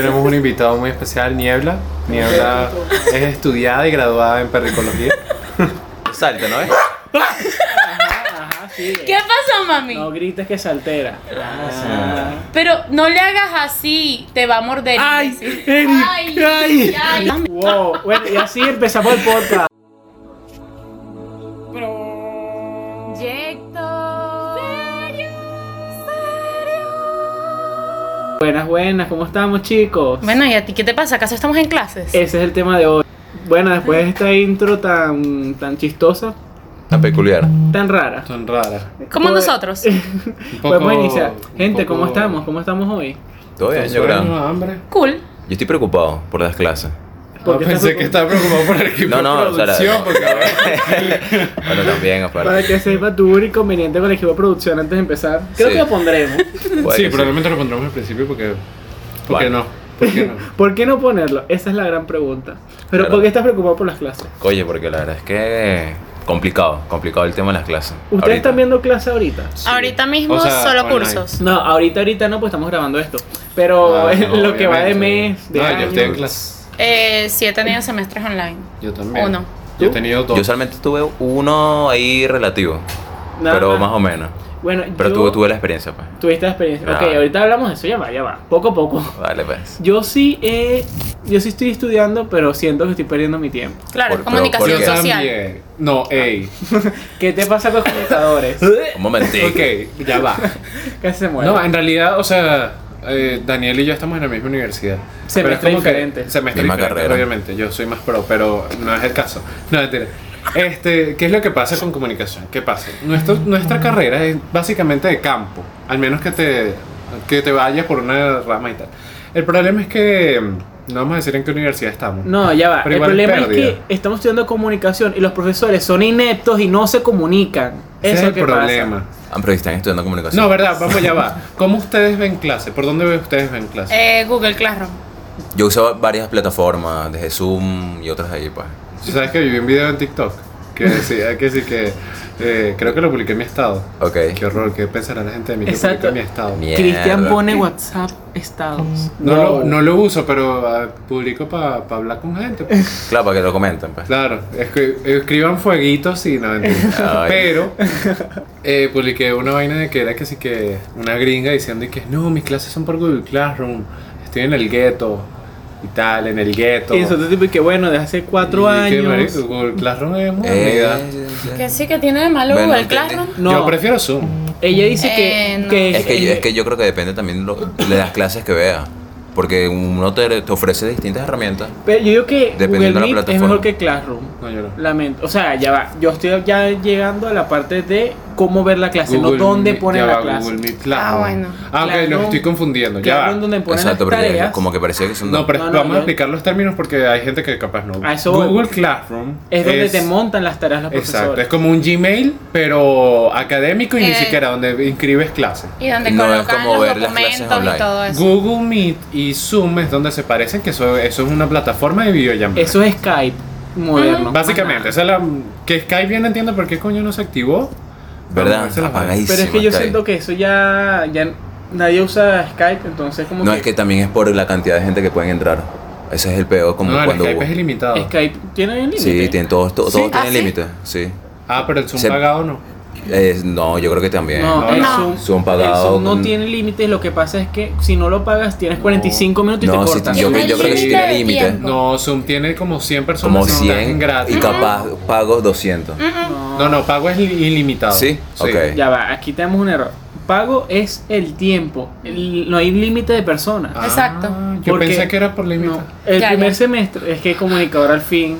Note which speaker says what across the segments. Speaker 1: Tenemos un invitado muy especial, Niebla. Niebla es estudiada y graduada en perricología.
Speaker 2: Salta, ¿no ves?
Speaker 3: Ajá, ajá, sí.
Speaker 4: ¿Qué pasó, mami?
Speaker 3: No grites que se altera. Ah.
Speaker 4: Pero no le hagas así, te va a morder.
Speaker 3: ¡Ay! Eric,
Speaker 4: Ay,
Speaker 3: ¡Ay!
Speaker 4: ay.
Speaker 3: Wow. Bueno, y así empezamos el podcast.
Speaker 4: Proyecto.
Speaker 3: Buenas, buenas, ¿cómo estamos, chicos?
Speaker 4: Bueno, ¿y a ti qué te pasa? ¿Acaso estamos en clases?
Speaker 2: Eh,
Speaker 3: Ese es el tema de hoy. Bueno, después de esta intro tan, tan chistosa,
Speaker 2: Tan peculiar.
Speaker 3: tan rara.
Speaker 1: Son raras.
Speaker 4: Como
Speaker 3: Pues-
Speaker 4: nosotros.
Speaker 2: eh.
Speaker 1: Un poco-
Speaker 3: Podemos iniciar. Gente,
Speaker 1: un poco-
Speaker 3: ¿cómo estamos? ¿Cómo estamos hoy?
Speaker 2: Todo bien,
Speaker 1: con
Speaker 2: yo creo.
Speaker 1: sueño,
Speaker 2: Yo
Speaker 1: hambre.
Speaker 4: Cool.
Speaker 2: estoy preocupado por las clases.
Speaker 1: No,
Speaker 3: Porque
Speaker 1: pensé
Speaker 3: estás-
Speaker 1: que estaba preocupado por el equipo
Speaker 2: No, no,
Speaker 1: de
Speaker 2: o sea, la-
Speaker 1: producción. porque ahora-
Speaker 2: Bueno, también,
Speaker 3: Para
Speaker 2: aparte.
Speaker 3: que sepa, tuvo un inconveniente con el equipo de producción antes de empezar. Creo
Speaker 2: Sí.
Speaker 3: que lo pondremos.
Speaker 2: Puede
Speaker 1: sí,
Speaker 2: que
Speaker 1: probablemente lo pondremos al principio porque... ¿Por qué
Speaker 2: Bueno.
Speaker 1: no? ¿Por qué no?
Speaker 3: ¿Por qué no ponerlo? Esa es la gran pregunta. Pero
Speaker 2: Claro.
Speaker 3: ¿por qué estás preocupado por las clases?
Speaker 2: Oye, porque la verdad es que. Complicado, complicado el tema de las clases.
Speaker 3: ¿Ustedes
Speaker 2: Ahorita.
Speaker 3: están viendo clase ahorita?
Speaker 4: Ahorita mismo
Speaker 1: O sea,
Speaker 4: solo
Speaker 1: online.
Speaker 4: cursos.
Speaker 3: No, ahorita, ahorita no, pues estamos grabando esto. Pero
Speaker 1: Ah,
Speaker 3: es
Speaker 1: no,
Speaker 3: lo que va de
Speaker 1: obviamente.
Speaker 3: mes, de
Speaker 1: no,
Speaker 3: año.
Speaker 1: yo estoy en clase.
Speaker 4: Eh, sí he tenido semestres online.
Speaker 1: Yo también.
Speaker 4: Uno.
Speaker 1: Yo he
Speaker 3: ¿Tú?
Speaker 1: tenido dos.
Speaker 2: Yo solamente tuve uno ahí relativo.
Speaker 3: Nada
Speaker 2: pero más o menos.
Speaker 3: Bueno,
Speaker 2: Pero
Speaker 3: yo
Speaker 2: tuve, tuve la experiencia, pues.
Speaker 3: tuviste la experiencia.
Speaker 2: Nada.
Speaker 3: Ok, ahorita hablamos de eso, ya va, ya va. Poco a poco.
Speaker 2: Vale, pues.
Speaker 3: Yo sí, eh, yo sí estoy estudiando, pero siento que estoy perdiendo mi tiempo.
Speaker 4: Claro,
Speaker 2: Por- Ah, pero-
Speaker 4: comunicación
Speaker 2: porque-
Speaker 1: Yo
Speaker 4: social.
Speaker 1: también. No, ey.
Speaker 3: ¿Qué te pasa con los comunicadores?
Speaker 2: Un momentito.
Speaker 1: Ok, ya va.
Speaker 3: Casi se muere.
Speaker 1: No, en realidad, o sea, eh, Daniel y yo estamos en la misma universidad. Pero
Speaker 3: Semestre
Speaker 1: es como que-
Speaker 3: diferente.
Speaker 1: Semestre
Speaker 2: Misma
Speaker 1: diferente,
Speaker 2: carrera.
Speaker 1: obviamente. Yo soy más pro, pero no es el caso. No, mentira. Este, ¿Qué es lo que pasa con comunicación? ¿Qué pasa? Nuestro- nuestra carrera es básicamente de campo, al menos que te, que te vayas por una rama y tal. El problema es que, mm, no vamos a decir en qué universidad estamos.
Speaker 3: No, ya va.
Speaker 1: Pero
Speaker 3: el
Speaker 1: igual es
Speaker 3: problema es que
Speaker 1: pérdida.
Speaker 3: estamos estudiando comunicación y los profesores son ineptos y no se comunican.
Speaker 1: Ese
Speaker 3: Eso
Speaker 1: es el
Speaker 3: que pasa.
Speaker 1: problema.
Speaker 2: Ah, pero están estudiando comunicación.
Speaker 1: No, verdad, vamos, ya va. ¿Cómo ustedes ven clase? ¿Por dónde ustedes ven clase?
Speaker 4: Eh, Google Classroom.
Speaker 2: Yo usaba varias plataformas, desde Zoom y otras ahí, pues.
Speaker 1: Tú ¿Sabes que vi un video en TikTok? Que decía que sí que. eh, creo que lo publiqué en mi estado.
Speaker 2: Ok.
Speaker 1: Qué horror, qué pensará la gente de mí que publiqué
Speaker 3: Exacto.
Speaker 1: en mi estado.
Speaker 2: Mierda.
Speaker 3: Cristian pone WhatsApp estados.
Speaker 1: No,
Speaker 3: Wow.
Speaker 1: lo, no lo uso, pero ah, publico para hablar con gente. pues.
Speaker 2: Claro, para que lo comenten, pues.
Speaker 1: Claro, escri- escriban fueguitos y no mentira.
Speaker 2: Ay.
Speaker 1: Pero eh, publiqué una vaina de que era que sí que una gringa diciendo y que no, mis clases son por Google Classroom, estoy en el gueto y tal, en el gueto.
Speaker 3: Y eso tipo que bueno, de hace cuatro
Speaker 1: Y que,
Speaker 3: años.
Speaker 1: marico, Google Classroom es modernidad.
Speaker 2: Eh,
Speaker 4: Que sí, que tiene de malo
Speaker 2: Bueno,
Speaker 4: Google
Speaker 2: entendí.
Speaker 4: Classroom.
Speaker 3: No,
Speaker 1: Yo prefiero Zoom.
Speaker 3: ella dice que,
Speaker 4: Eh, no.
Speaker 3: que-
Speaker 2: Es que, yo, es que yo creo que depende también lo- de las clases que veas. Porque uno te, te ofrece distintas herramientas.
Speaker 3: Pero yo digo que
Speaker 2: Dependiendo
Speaker 3: Google
Speaker 2: de la
Speaker 3: Meet es
Speaker 2: plataforma.
Speaker 3: mejor que Classroom.
Speaker 1: No, yo no.
Speaker 3: Lamento. O sea, ya va. Yo estoy ya llegando a la parte de cómo ver la clase,
Speaker 1: Google
Speaker 3: no dónde
Speaker 1: Meet,
Speaker 3: poner
Speaker 1: ya
Speaker 3: la
Speaker 1: va,
Speaker 3: clase.
Speaker 1: Google Meet, claro.
Speaker 4: Ah, bueno.
Speaker 1: Ah, ok,
Speaker 3: Claro.
Speaker 1: los estoy confundiendo. Ya
Speaker 3: Claro,
Speaker 1: va.
Speaker 3: en donde ponen
Speaker 2: Exacto,
Speaker 3: las
Speaker 2: porque
Speaker 3: tareas.
Speaker 2: como que parecía que son
Speaker 1: No, pero
Speaker 3: No, no,
Speaker 1: vamos a
Speaker 3: yo-
Speaker 1: explicar los términos porque hay gente que capaz no.
Speaker 3: A eso voy.
Speaker 1: Google Classroom
Speaker 3: es donde te montan las tareas los
Speaker 1: Exacto, es
Speaker 3: profesores.
Speaker 1: como un Gmail, pero académico y ni
Speaker 4: Eh.
Speaker 1: siquiera donde inscribes clases.
Speaker 4: Y donde
Speaker 2: No, es
Speaker 4: colocan
Speaker 2: como
Speaker 4: los
Speaker 2: ver las clases
Speaker 4: documentos
Speaker 2: online.
Speaker 4: y todo eso.
Speaker 1: Google Meet y Zoom es donde se parecen, que eso, eso es una plataforma de videollamada.
Speaker 3: Eso es Skype moderno.
Speaker 1: Básicamente, esa es la, que Skype bien entiendo por qué coño no se activó.
Speaker 2: ¿Verdad?
Speaker 1: Vamos a ver,
Speaker 2: Apagadísimo.
Speaker 3: Pero es que yo
Speaker 2: está ahí.
Speaker 3: siento que eso ya, ya nadie usa Skype, entonces como
Speaker 2: No,
Speaker 3: que,
Speaker 2: es que también es por la cantidad de gente que pueden entrar. Ese es el peor, como
Speaker 1: No, el
Speaker 2: cuando
Speaker 1: Skype
Speaker 2: hubo-
Speaker 1: es ilimitado.
Speaker 3: Skype tiene un límite.
Speaker 2: Sí, tienen, todos, to- todos,
Speaker 4: ¿Sí?
Speaker 2: tienen
Speaker 4: ¿Ah, sí?
Speaker 2: límites. Sí.
Speaker 1: Ah, pero el Zoom
Speaker 2: Se-
Speaker 1: pagado no.
Speaker 2: Eh, no, yo creo que también.
Speaker 3: No,
Speaker 1: No,
Speaker 3: el
Speaker 1: no.
Speaker 3: Zoom,
Speaker 2: Zoom pagado
Speaker 3: el Zoom no
Speaker 2: con-
Speaker 3: tiene límites, lo que pasa es que si no lo pagas tienes
Speaker 1: No.
Speaker 3: 45 minutos y
Speaker 2: No,
Speaker 3: te
Speaker 2: sí,
Speaker 3: cortan.
Speaker 2: yo,
Speaker 4: Tiene
Speaker 2: yo creo que sí
Speaker 4: límite
Speaker 2: tiene
Speaker 4: de
Speaker 2: límites.
Speaker 4: tiempo.
Speaker 1: No, Zoom tiene como 100 personas
Speaker 2: Como
Speaker 1: que están
Speaker 2: 100
Speaker 1: gratis.
Speaker 2: y capaz pagos 200.
Speaker 3: No.
Speaker 1: No, no, pago es li- ilimitado.
Speaker 2: ¿Sí? Ok.
Speaker 3: Ya va, aquí tenemos un error. Pago es el tiempo, el- no hay límite de personas.
Speaker 1: Ah,
Speaker 4: Exacto.
Speaker 1: Yo
Speaker 3: Porque-
Speaker 1: pensé que era por
Speaker 3: No,
Speaker 1: limitado.
Speaker 3: el
Speaker 4: Ya,
Speaker 3: primer
Speaker 4: ya.
Speaker 3: semestre, es que comunicador al fin.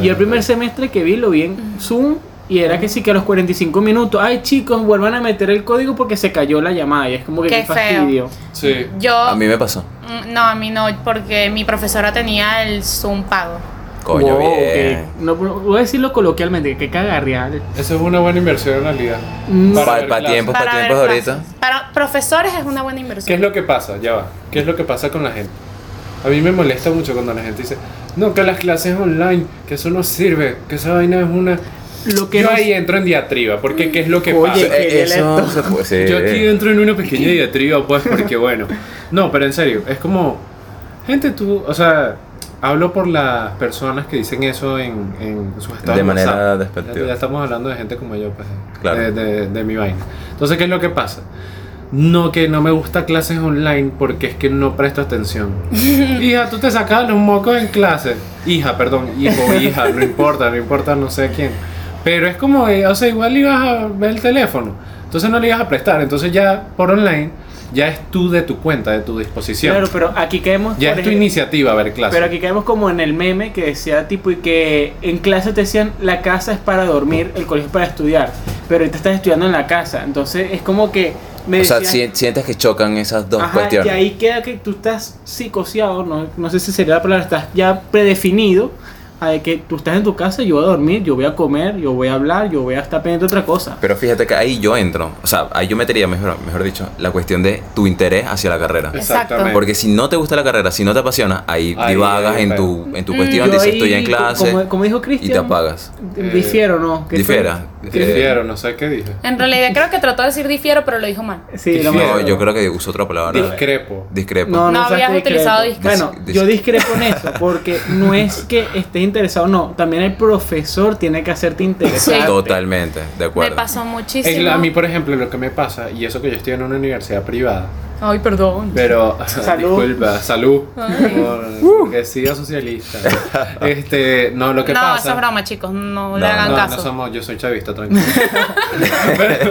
Speaker 3: Y el primer semestre que vi lo vi en Zoom y era que sí que a los 45 minutos, ay chicos, vuelvan a meter el código porque se cayó la llamada y es como que qué,
Speaker 4: Qué feo.
Speaker 3: fastidio.
Speaker 1: Sí.
Speaker 4: Yo.
Speaker 2: A mí me pasó.
Speaker 4: Mm, No, a mí no, porque mi profesora tenía el Zoom pago.
Speaker 2: Coño,
Speaker 3: Wow,
Speaker 2: bien.
Speaker 3: que- no, voy a decirlo coloquialmente, que cagarreal.
Speaker 1: Eso es una buena inversión en realidad.
Speaker 3: Mm.
Speaker 1: Para
Speaker 2: Para
Speaker 1: ver clases.
Speaker 2: tiempos, para
Speaker 4: ver
Speaker 2: tiempos ahorita.
Speaker 4: clases. Para profesores es una buena
Speaker 1: ¿Qué es
Speaker 4: inversión.
Speaker 1: lo que pasa? Ya va. ¿Qué es lo que pasa con la gente? A mí me molesta mucho cuando la gente dice, no, que las clases online, que eso no sirve, que esa vaina es una...
Speaker 3: lo que
Speaker 1: Yo
Speaker 3: nos-
Speaker 1: ahí entro en diatriba, porque ¿qué es lo que
Speaker 3: Oye,
Speaker 1: pasa?
Speaker 3: qué
Speaker 2: Eh, Eso
Speaker 3: violento.
Speaker 2: se puede ser.
Speaker 1: Yo aquí entro en una pequeña diatriba, pues, porque bueno. No, pero en serio, es como. Gente, tú. O sea, hablo por las personas que dicen eso en, en sus estados
Speaker 2: De manera
Speaker 1: WhatsApp.
Speaker 2: despectiva.
Speaker 1: Ya, ya estamos hablando de gente como yo, pues.
Speaker 2: Claro.
Speaker 1: De, de- de mi vaina. Entonces, ¿qué es lo que pasa? No, que no me gusta clases online porque es que no presto atención. hija, tú te sacabas los mocos en clase. Hija, perdón, hijo, hija, no importa, no importa, no sé quién. Pero es como, eh, o sea, igual ibas a ver el teléfono. Entonces no le ibas a prestar. Entonces ya por online, ya es tú de tu cuenta, de tu disposición.
Speaker 3: Claro, pero aquí caemos.
Speaker 1: ya
Speaker 3: por
Speaker 1: es tu
Speaker 3: ejemplo-
Speaker 1: iniciativa ver clases.
Speaker 3: Pero aquí caemos como en el meme que decía tipo y que en clase te decían la casa es para dormir, el colegio es para estudiar, pero ahorita estás estudiando en la casa, entonces es como que me
Speaker 2: O sea,
Speaker 3: decían,
Speaker 2: si- sientes que chocan esas dos
Speaker 3: Ajá, y
Speaker 2: cuestiones.
Speaker 3: ahí queda que tú estás psicoseado, no, no sé si sería la palabra, estás ya predefinido a de que tú estás en tu casa, yo voy a dormir, yo voy a comer, yo voy a hablar, yo voy a estar pendiente de otra cosa.
Speaker 2: Pero fíjate que ahí yo entro, o sea, ahí yo metería, mejor, mejor dicho, la cuestión de tu interés hacia la carrera.
Speaker 4: Exacto.
Speaker 2: Porque si no te gusta la carrera, si no te apasiona, ahí,
Speaker 1: Ahí,
Speaker 2: divagas
Speaker 1: ahí,
Speaker 2: en
Speaker 1: ahí.
Speaker 2: tu, en tu
Speaker 4: Mm,
Speaker 2: cuestión,
Speaker 3: Yo
Speaker 2: dices,
Speaker 3: ahí,
Speaker 2: estoy en clase
Speaker 3: como, como dijo Cristian,
Speaker 2: y te apagas.
Speaker 3: Difiero, ¿no? ¿Qué fue?
Speaker 2: Difiera.
Speaker 1: Difiero, no sé qué dije.
Speaker 4: En realidad creo que trató de decir difiero, pero lo dijo mal.
Speaker 3: Sí, lo
Speaker 1: Difiero.
Speaker 2: No,
Speaker 3: mejor.
Speaker 2: yo creo que uso otra palabra.
Speaker 1: Discrepo.
Speaker 2: Discrepo.
Speaker 4: No
Speaker 3: usaste
Speaker 4: habías utilizado discrepo.
Speaker 3: Bueno,
Speaker 2: Dis-
Speaker 3: yo discrepo en eso, porque no es que estés interesado, no. También el profesor tiene que hacerte interesante.
Speaker 4: Sí.
Speaker 2: Totalmente, de
Speaker 4: Me
Speaker 2: acuerdo.
Speaker 4: pasó muchísimo.
Speaker 1: En la- a mí, por ejemplo, lo que me pasa, y eso que yo estoy en una universidad privada,
Speaker 4: Ay, perdón.
Speaker 1: pero
Speaker 3: Salud.
Speaker 1: disculpa, salud,
Speaker 4: Ay. Uh.
Speaker 1: por, que siga socialista. este, no, lo que
Speaker 4: no,
Speaker 1: pasa.
Speaker 4: eso es broma, chicos. No,
Speaker 2: No,
Speaker 4: le hagan
Speaker 1: no,
Speaker 4: caso.
Speaker 1: no somos, yo soy chavista, tranquilo. Pero-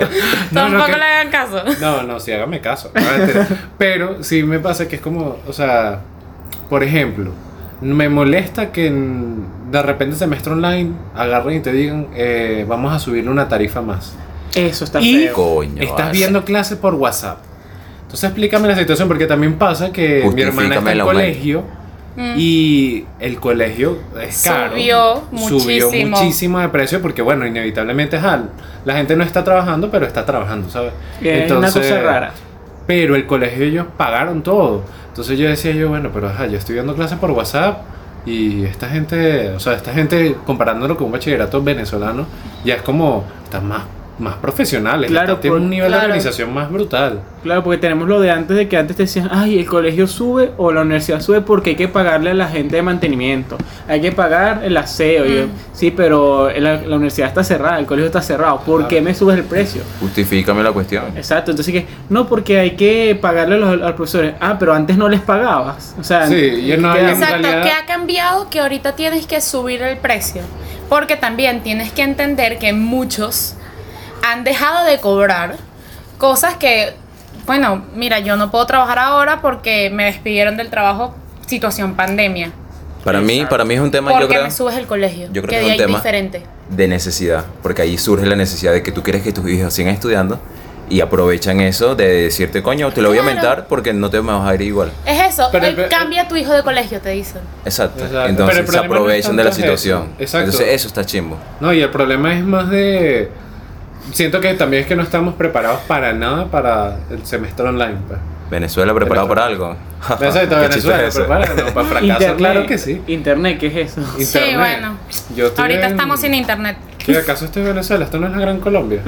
Speaker 1: no, no,
Speaker 4: Tampoco
Speaker 1: que-
Speaker 4: le hagan caso.
Speaker 1: no, no, sí, hágame caso. Pero sí me pasa que es como, o sea, por ejemplo, me molesta que en- de repente semestre online agarren y te digan, eh, vamos a subirle una tarifa más.
Speaker 3: Eso está
Speaker 1: Y-
Speaker 3: feo.
Speaker 2: Coño.
Speaker 1: Estás
Speaker 2: vale.
Speaker 1: viendo clase por WhatsApp. Entonces explícame la situación porque también pasa que mi hermana está en
Speaker 2: Justifícamela,
Speaker 1: el
Speaker 2: Omar.
Speaker 1: colegio
Speaker 4: Mm.
Speaker 1: y el colegio es caro.
Speaker 4: Subió
Speaker 1: Subió
Speaker 4: muchísimo.
Speaker 1: muchísimo de precio porque bueno, inevitablemente ajá, la gente no está trabajando, pero está trabajando, ¿sabes?
Speaker 3: Es una cosa rara.
Speaker 1: Pero el colegio ellos pagaron todo. Entonces yo decía yo, bueno, pero ajá, yo estoy dando clases por WhatsApp y esta gente, o sea, esta gente comparándolo con un bachillerato venezolano, ya es como, están más, más profesionales,
Speaker 3: Claro,
Speaker 1: está- tiene
Speaker 3: por-
Speaker 1: un nivel
Speaker 4: claro.
Speaker 1: de organización más brutal.
Speaker 3: Claro, porque tenemos lo de antes de que antes te decían, ay, el colegio sube o la universidad sube porque hay que pagarle a la gente de mantenimiento, hay que pagar el aseo. Y yo,
Speaker 4: Mm.
Speaker 3: sí, pero la, la universidad está cerrada, el colegio está cerrado, ¿por
Speaker 1: Claro.
Speaker 3: qué me subes el precio?
Speaker 2: Justifícame la cuestión.
Speaker 3: Exacto, entonces que no porque hay que pagarle a los, a los profesores. Ah, pero antes no les pagabas. O sea,
Speaker 1: Sí, y no
Speaker 3: ¿qué
Speaker 1: había-
Speaker 3: haces?
Speaker 4: Exacto,
Speaker 1: realidad-
Speaker 4: que ha cambiado que ahorita tienes que subir el precio. Porque también tienes que entender que muchos han dejado de cobrar cosas que, bueno, mira, yo no puedo trabajar ahora porque me despidieron del trabajo, situación pandemia.
Speaker 2: Para mí, para mí es un tema, yo
Speaker 4: Porque
Speaker 2: creo,
Speaker 4: me subes el colegio.
Speaker 2: yo creo
Speaker 4: que
Speaker 2: que es
Speaker 4: de
Speaker 2: un
Speaker 4: ahí
Speaker 2: tema.
Speaker 4: diferente.
Speaker 2: de necesidad. Porque ahí surge la necesidad de que tú quieres que tus hijos sigan estudiando y aprovechan eso de decirte, coño, te lo voy a
Speaker 4: Claro.
Speaker 2: aumentar porque no te me vas a ir igual.
Speaker 4: Es eso,
Speaker 1: Pero
Speaker 4: hoy
Speaker 1: el pe-
Speaker 4: cambia tu hijo de colegio, te dicen.
Speaker 2: Exacto.
Speaker 1: Exacto. Pero
Speaker 2: Entonces
Speaker 1: el
Speaker 2: se
Speaker 1: problema no es
Speaker 2: aprovechan de la
Speaker 1: tanto es eso.
Speaker 2: situación.
Speaker 1: Exacto.
Speaker 2: Entonces eso está chimbo.
Speaker 1: No, y el problema es más de... Siento que también es que no estamos preparados para nada para el semestre online. pues.
Speaker 2: Venezuela preparado para algo.
Speaker 1: Exacto,
Speaker 2: ¿Qué chiste
Speaker 1: Venezuela,
Speaker 2: es ese?
Speaker 1: preparado no, para fracaso,
Speaker 3: Internet,
Speaker 1: claro que sí.
Speaker 3: Internet, ¿qué es eso?
Speaker 4: Sí, bueno.
Speaker 1: Yo estoy
Speaker 4: ahorita
Speaker 1: en-
Speaker 4: estamos sin internet.
Speaker 1: ¿Qué, acaso esto es Venezuela? Esto no es la Gran Colombia.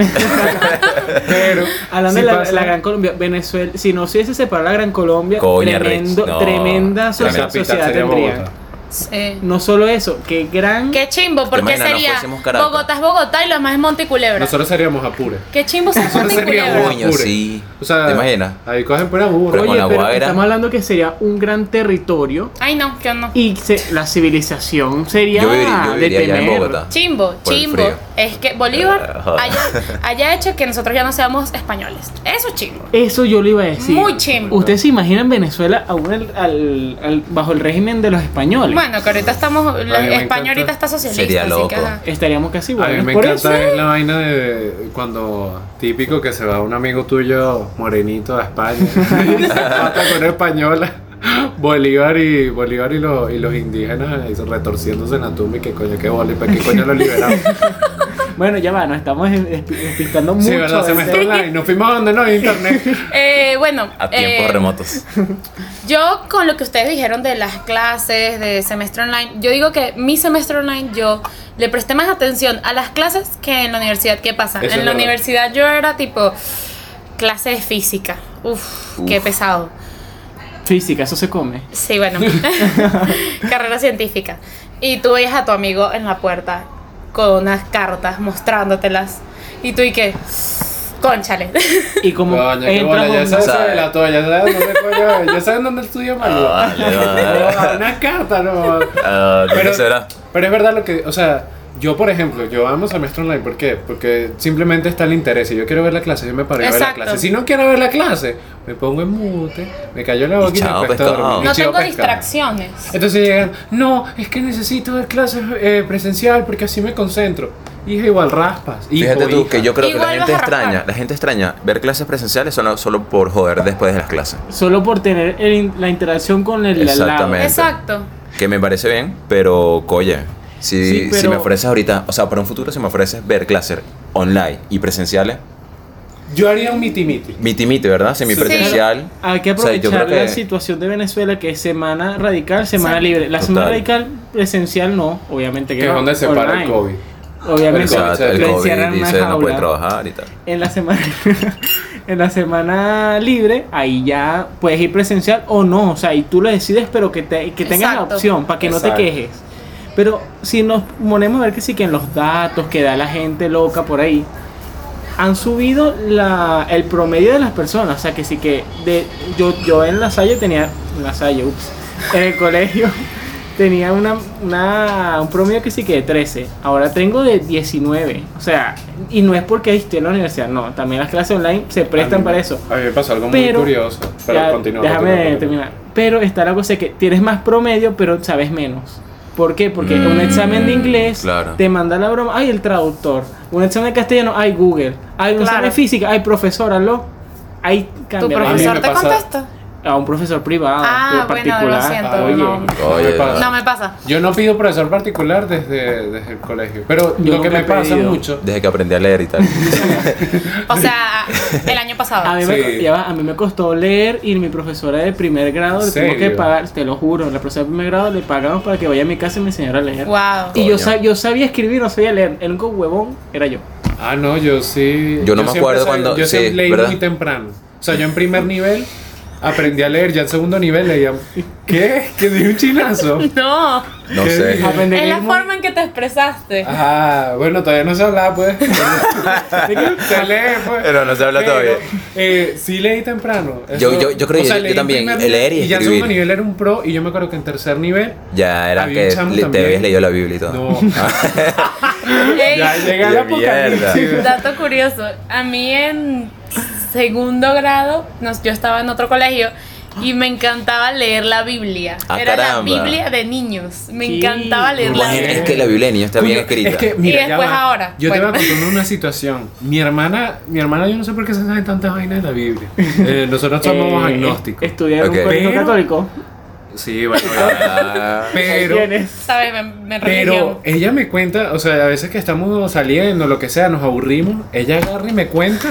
Speaker 1: Pero.
Speaker 3: Hablando
Speaker 1: sí
Speaker 3: de la,
Speaker 1: pasa-
Speaker 3: la Gran Colombia, Venezuela, si no se hubiese separado la Gran Colombia,
Speaker 2: Coña,
Speaker 3: tremendo-
Speaker 2: Rich, no.
Speaker 3: tremenda
Speaker 2: La
Speaker 1: la
Speaker 3: socia-
Speaker 1: capital
Speaker 3: sociedad
Speaker 1: sería
Speaker 3: tendría.
Speaker 1: Bogotá.
Speaker 4: Sí.
Speaker 3: No solo eso, que gran...
Speaker 4: Qué chimbo, porque
Speaker 2: imaginas, no
Speaker 4: sería
Speaker 2: fuésemos Caracas.
Speaker 4: Bogotá es Bogotá y lo más es Monte y Culebra.
Speaker 1: Nosotros seríamos Apure.
Speaker 4: Qué chimbo ser Monte y
Speaker 1: sería
Speaker 4: Culebra.
Speaker 1: Bogotá.
Speaker 2: Coño, sí.
Speaker 1: O sea,
Speaker 2: ¿Te imaginas?
Speaker 1: Ahí cogen pura burra.
Speaker 2: Pero con
Speaker 3: Oye,
Speaker 2: la
Speaker 3: pero
Speaker 2: guaira.
Speaker 3: estamos hablando que sería un gran territorio
Speaker 4: Ay, no, que no.
Speaker 3: y se- la civilización sería
Speaker 2: Yo viviría- yo
Speaker 3: de
Speaker 2: viviría allá en
Speaker 3: temer.
Speaker 2: Bogotá.
Speaker 4: Chimbo,
Speaker 2: Por el
Speaker 4: chimbo.
Speaker 2: frío.
Speaker 4: Es que Bolívar
Speaker 2: Eh, joder.
Speaker 4: haya, haya hecho que nosotros ya no seamos españoles. Eso es chimbo.
Speaker 3: Eso yo le iba a decir.
Speaker 4: Muy chimbo.
Speaker 3: ¿Ustedes se imaginan Venezuela aún al- al- al- bajo el régimen de los españoles?
Speaker 4: Bueno, que ahorita estamos.
Speaker 1: A mí me
Speaker 4: España
Speaker 1: encanta.
Speaker 4: ahorita está socialista.
Speaker 2: Sería
Speaker 4: así
Speaker 2: loco.
Speaker 4: que, ajá.
Speaker 3: Estaríamos casi
Speaker 1: A mí
Speaker 3: buenos
Speaker 1: me
Speaker 3: por eso.
Speaker 1: encanta es la vaina de cuando típico que se va un amigo tuyo morenito a España. y se empata con una española. Bolívar y, Bolívar y, lo- y los indígenas eh, retorciéndose en la tumba y que coño, qué bola, y para qué coño lo liberamos.
Speaker 3: Bueno, ya va, nos estamos en- despi- despistando mucho. este
Speaker 1: sí, verdad, se
Speaker 3: del
Speaker 1: me está
Speaker 3: tema.
Speaker 1: online. Nos fuimos a donde no hay internet.
Speaker 4: Eh, bueno,
Speaker 2: A tiempos
Speaker 4: eh,
Speaker 2: remotos.
Speaker 4: yo con lo que ustedes dijeron de las clases, de semestre online, yo digo que mi semestre online yo le presté más atención a las clases que en la universidad. ¿Qué pasa?
Speaker 1: Eso es
Speaker 4: en la
Speaker 1: verdad.
Speaker 4: universidad yo era tipo clase de física. Uf, qué
Speaker 2: Uf.
Speaker 4: pesado.
Speaker 3: Física, eso se come.
Speaker 4: Sí, bueno. Carrera científica. Y tú veías a tu amigo en la puerta con unas cartas mostrándotelas. Y tú y qué, conchale.
Speaker 3: Y como
Speaker 1: Coño, qué bola, ya sabes
Speaker 3: entras
Speaker 2: ¿sabes?
Speaker 1: de la toalla, ya sabes dónde coño, ya sabes dónde
Speaker 2: Ah,
Speaker 1: estudió Manuel.
Speaker 2: Vale, vale.
Speaker 1: Una carta, no.
Speaker 2: Ah, ¿de
Speaker 1: Pero-
Speaker 2: qué será?
Speaker 1: Pero es verdad lo que, o sea, yo por ejemplo, yo amo semestre online, ¿por qué? Porque simplemente está el interés, si yo quiero ver la clase, yo me paro y veo la
Speaker 4: Exacto.
Speaker 1: clase. Si no quiero ver la clase, me pongo en mute, me cayó la boca y,
Speaker 2: chao,
Speaker 1: me acuesto a
Speaker 2: pescado.
Speaker 1: dormir, y
Speaker 4: No
Speaker 1: chivo
Speaker 4: tengo
Speaker 1: pescado.
Speaker 4: distracciones.
Speaker 1: Entonces llegan, no, es que necesito ver clases eh, presencial porque así me concentro. Hija, igual raspas. hijo,
Speaker 2: Fíjate tú
Speaker 1: hija.
Speaker 2: que yo creo que la
Speaker 4: Igual vas
Speaker 2: gente
Speaker 4: a raspar.
Speaker 2: extraña, la gente extraña ver clases presenciales solo, solo por joder después de las clases.
Speaker 3: solo por tener el in- la interacción con el al lado.
Speaker 2: Exactamente.
Speaker 4: Exacto.
Speaker 2: Que me parece bien, pero oye, si,
Speaker 3: Sí, pero-
Speaker 2: si me ofreces ahorita, o sea, para un futuro si me ofreces ver clases online y presenciales,
Speaker 1: Yo haría un mitimiti.
Speaker 2: mitimite, ¿verdad? Semipresencial.
Speaker 3: Hay que
Speaker 2: O sea,
Speaker 3: aprovechar
Speaker 2: yo creo
Speaker 3: la
Speaker 2: que-
Speaker 3: situación de Venezuela que es semana radical, semana
Speaker 4: Exacto.
Speaker 3: libre. La semana
Speaker 2: Total.
Speaker 3: radical presencial no, obviamente que
Speaker 1: Que es
Speaker 3: no,
Speaker 1: donde se para el
Speaker 3: online.
Speaker 1: COVID.
Speaker 2: O
Speaker 3: Obviamente
Speaker 1: Pero
Speaker 2: sea,
Speaker 1: Exacto,
Speaker 2: el
Speaker 3: lo
Speaker 2: COVID
Speaker 3: encierran en una
Speaker 2: dice no puede
Speaker 3: jaula.
Speaker 2: trabajar y tal.
Speaker 3: En la semana en la semana libre, ahí ya puedes ir presencial o no, o sea, ahí tú lo decides, pero que, te- que tengas la
Speaker 4: Exacto.
Speaker 3: opción para que no
Speaker 1: Exacto.
Speaker 3: te quejes. Pero si nos ponemos a ver que sí que en los datos que da la gente loca por ahí han subido la, el promedio de las personas, o sea, que sí que de yo yo en la Salle tenía en la Salle, ups, en el colegio tenía una, una- un promedio que sí que de 13. Ahora tengo de 19. O sea, y no es porque esté en la universidad, no. También las clases online se prestan
Speaker 1: A mí-
Speaker 3: para eso.
Speaker 1: A mí me pasó algo
Speaker 3: Pero-
Speaker 1: muy curioso. Pero
Speaker 3: Ya,
Speaker 1: continúa.
Speaker 3: déjame
Speaker 1: continúa, continúa.
Speaker 3: terminar. Pero está la cosa que tienes más promedio, pero sabes menos. ¿Por qué? Porque un
Speaker 2: Mm,
Speaker 3: examen de inglés
Speaker 2: claro.
Speaker 3: te manda la broma, ay el traductor. Un examen de castellano, ay Google. Ay un
Speaker 4: Claro.
Speaker 3: examen de física, ay profesor, aló. Ahí
Speaker 4: ¿Tu
Speaker 3: cambia la
Speaker 1: A mí
Speaker 4: profesor
Speaker 1: me
Speaker 4: te
Speaker 1: pasa-
Speaker 4: contesta?
Speaker 3: gente. a un profesor privado,
Speaker 4: Ah, bueno,
Speaker 3: particular.
Speaker 4: lo siento.
Speaker 1: Ah,
Speaker 4: no.
Speaker 3: Oye.
Speaker 2: Oye,
Speaker 1: Me pasa.
Speaker 4: No me pasa.
Speaker 1: Yo no pido profesor particular desde, desde el colegio. Pero
Speaker 3: Yo
Speaker 1: lo que
Speaker 3: nunca
Speaker 1: me
Speaker 3: he
Speaker 1: pasa
Speaker 3: pedido.
Speaker 1: mucho.
Speaker 2: Desde que aprendí a leer y tal.
Speaker 4: O sea, el año
Speaker 3: A
Speaker 4: pasado.
Speaker 3: mí,
Speaker 1: Sí.
Speaker 3: me, ya va, a mí me costó leer y mi profesora de primer grado
Speaker 1: ¿En
Speaker 3: le tengo que
Speaker 1: serio?
Speaker 3: pagar, te lo juro, la profesora de primer grado le pagamos para que vaya a mi casa y me enseñara a leer.
Speaker 4: Wow.
Speaker 3: Y
Speaker 2: Coño.
Speaker 3: yo, sa- yo sabía escribir, no sabía leer. El único huevón era yo.
Speaker 1: Ah, no, yo sí.
Speaker 2: Yo no me
Speaker 1: siempre
Speaker 2: acuerdo
Speaker 1: sabía-
Speaker 2: cuando-
Speaker 1: Yo
Speaker 2: sí,
Speaker 1: siempre leí
Speaker 2: ¿verdad?
Speaker 1: muy temprano. O sea, yo en primer nivel aprendí a leer. Ya en segundo nivel leía. ¿Qué? ¿Que di un chinazo?
Speaker 4: No.
Speaker 2: No
Speaker 1: ¿Qué
Speaker 2: sé.
Speaker 1: dije?
Speaker 4: Es la
Speaker 3: Aprender
Speaker 4: forma en que te expresaste.
Speaker 1: Ajá, bueno, todavía no se habla, pues. se lee, pues.
Speaker 2: Pero no se habla todavía.
Speaker 1: Eh, sí leí temprano.
Speaker 2: Yo- yo- yo creo que yo- yo
Speaker 1: leí en
Speaker 2: también,
Speaker 1: primer
Speaker 2: el leer y
Speaker 1: nivel, ya en
Speaker 2: escribir.
Speaker 1: segundo nivel era un pro. Y yo me acuerdo que en tercer nivel.
Speaker 2: Ya era
Speaker 1: Había un
Speaker 2: que
Speaker 1: chamo
Speaker 2: le- te
Speaker 1: también.
Speaker 2: habías leído la Biblia y todo.
Speaker 1: No.
Speaker 4: Ey,
Speaker 1: ya llega el
Speaker 2: De mierda.
Speaker 1: apocalipsis.
Speaker 4: Dato curioso, a mí en segundo grado, nos- yo estaba en otro colegio y me encantaba leer la Biblia.
Speaker 2: Ah,
Speaker 4: Era la
Speaker 2: caramba.
Speaker 4: Biblia de niños. Me
Speaker 3: Sí.
Speaker 4: encantaba leerla.
Speaker 2: Imagínate,
Speaker 1: Bien.
Speaker 2: es que la Biblia de niños está bien
Speaker 1: Coño,
Speaker 2: escrita.
Speaker 1: Es que,
Speaker 4: Y
Speaker 1: mira, ya
Speaker 4: después
Speaker 1: va.
Speaker 4: ahora.
Speaker 1: Yo te
Speaker 4: Bueno.
Speaker 1: voy a contar una situación. Mi hermana, mi hermana, yo no sé por qué se sabe tantas vainas de la Biblia. Eh, nosotros somos agnósticos.
Speaker 3: Estudiar en
Speaker 2: Ok.
Speaker 3: un colegio
Speaker 1: Pero-
Speaker 3: católico.
Speaker 1: Sí, bueno,
Speaker 2: Ah,
Speaker 1: pero.
Speaker 3: Tienes-
Speaker 4: ¿Sabes? Me, me
Speaker 1: Pero
Speaker 4: religión.
Speaker 1: ella me cuenta, o sea, a veces que estamos saliendo, lo que sea, nos aburrimos, ella agarra y me cuenta.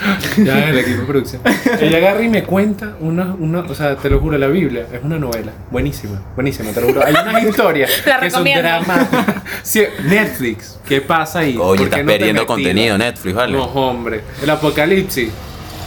Speaker 1: ya el equipo de producción. Ella agarra y me cuenta una, una, o sea, te lo juro, la Biblia es una novela. Buenísima, buenísima, te lo juro. Hay unas historias
Speaker 4: La
Speaker 1: que son
Speaker 4: recomiendo.
Speaker 1: dramáticas. Sí, Netflix, ¿qué pasa ahí? ¿Por
Speaker 2: Oye,
Speaker 1: qué
Speaker 2: estás
Speaker 1: no te
Speaker 2: perdiendo
Speaker 1: metiste?
Speaker 2: contenido, Netflix, ¿vale?
Speaker 1: No, hombre. El apocalipsis.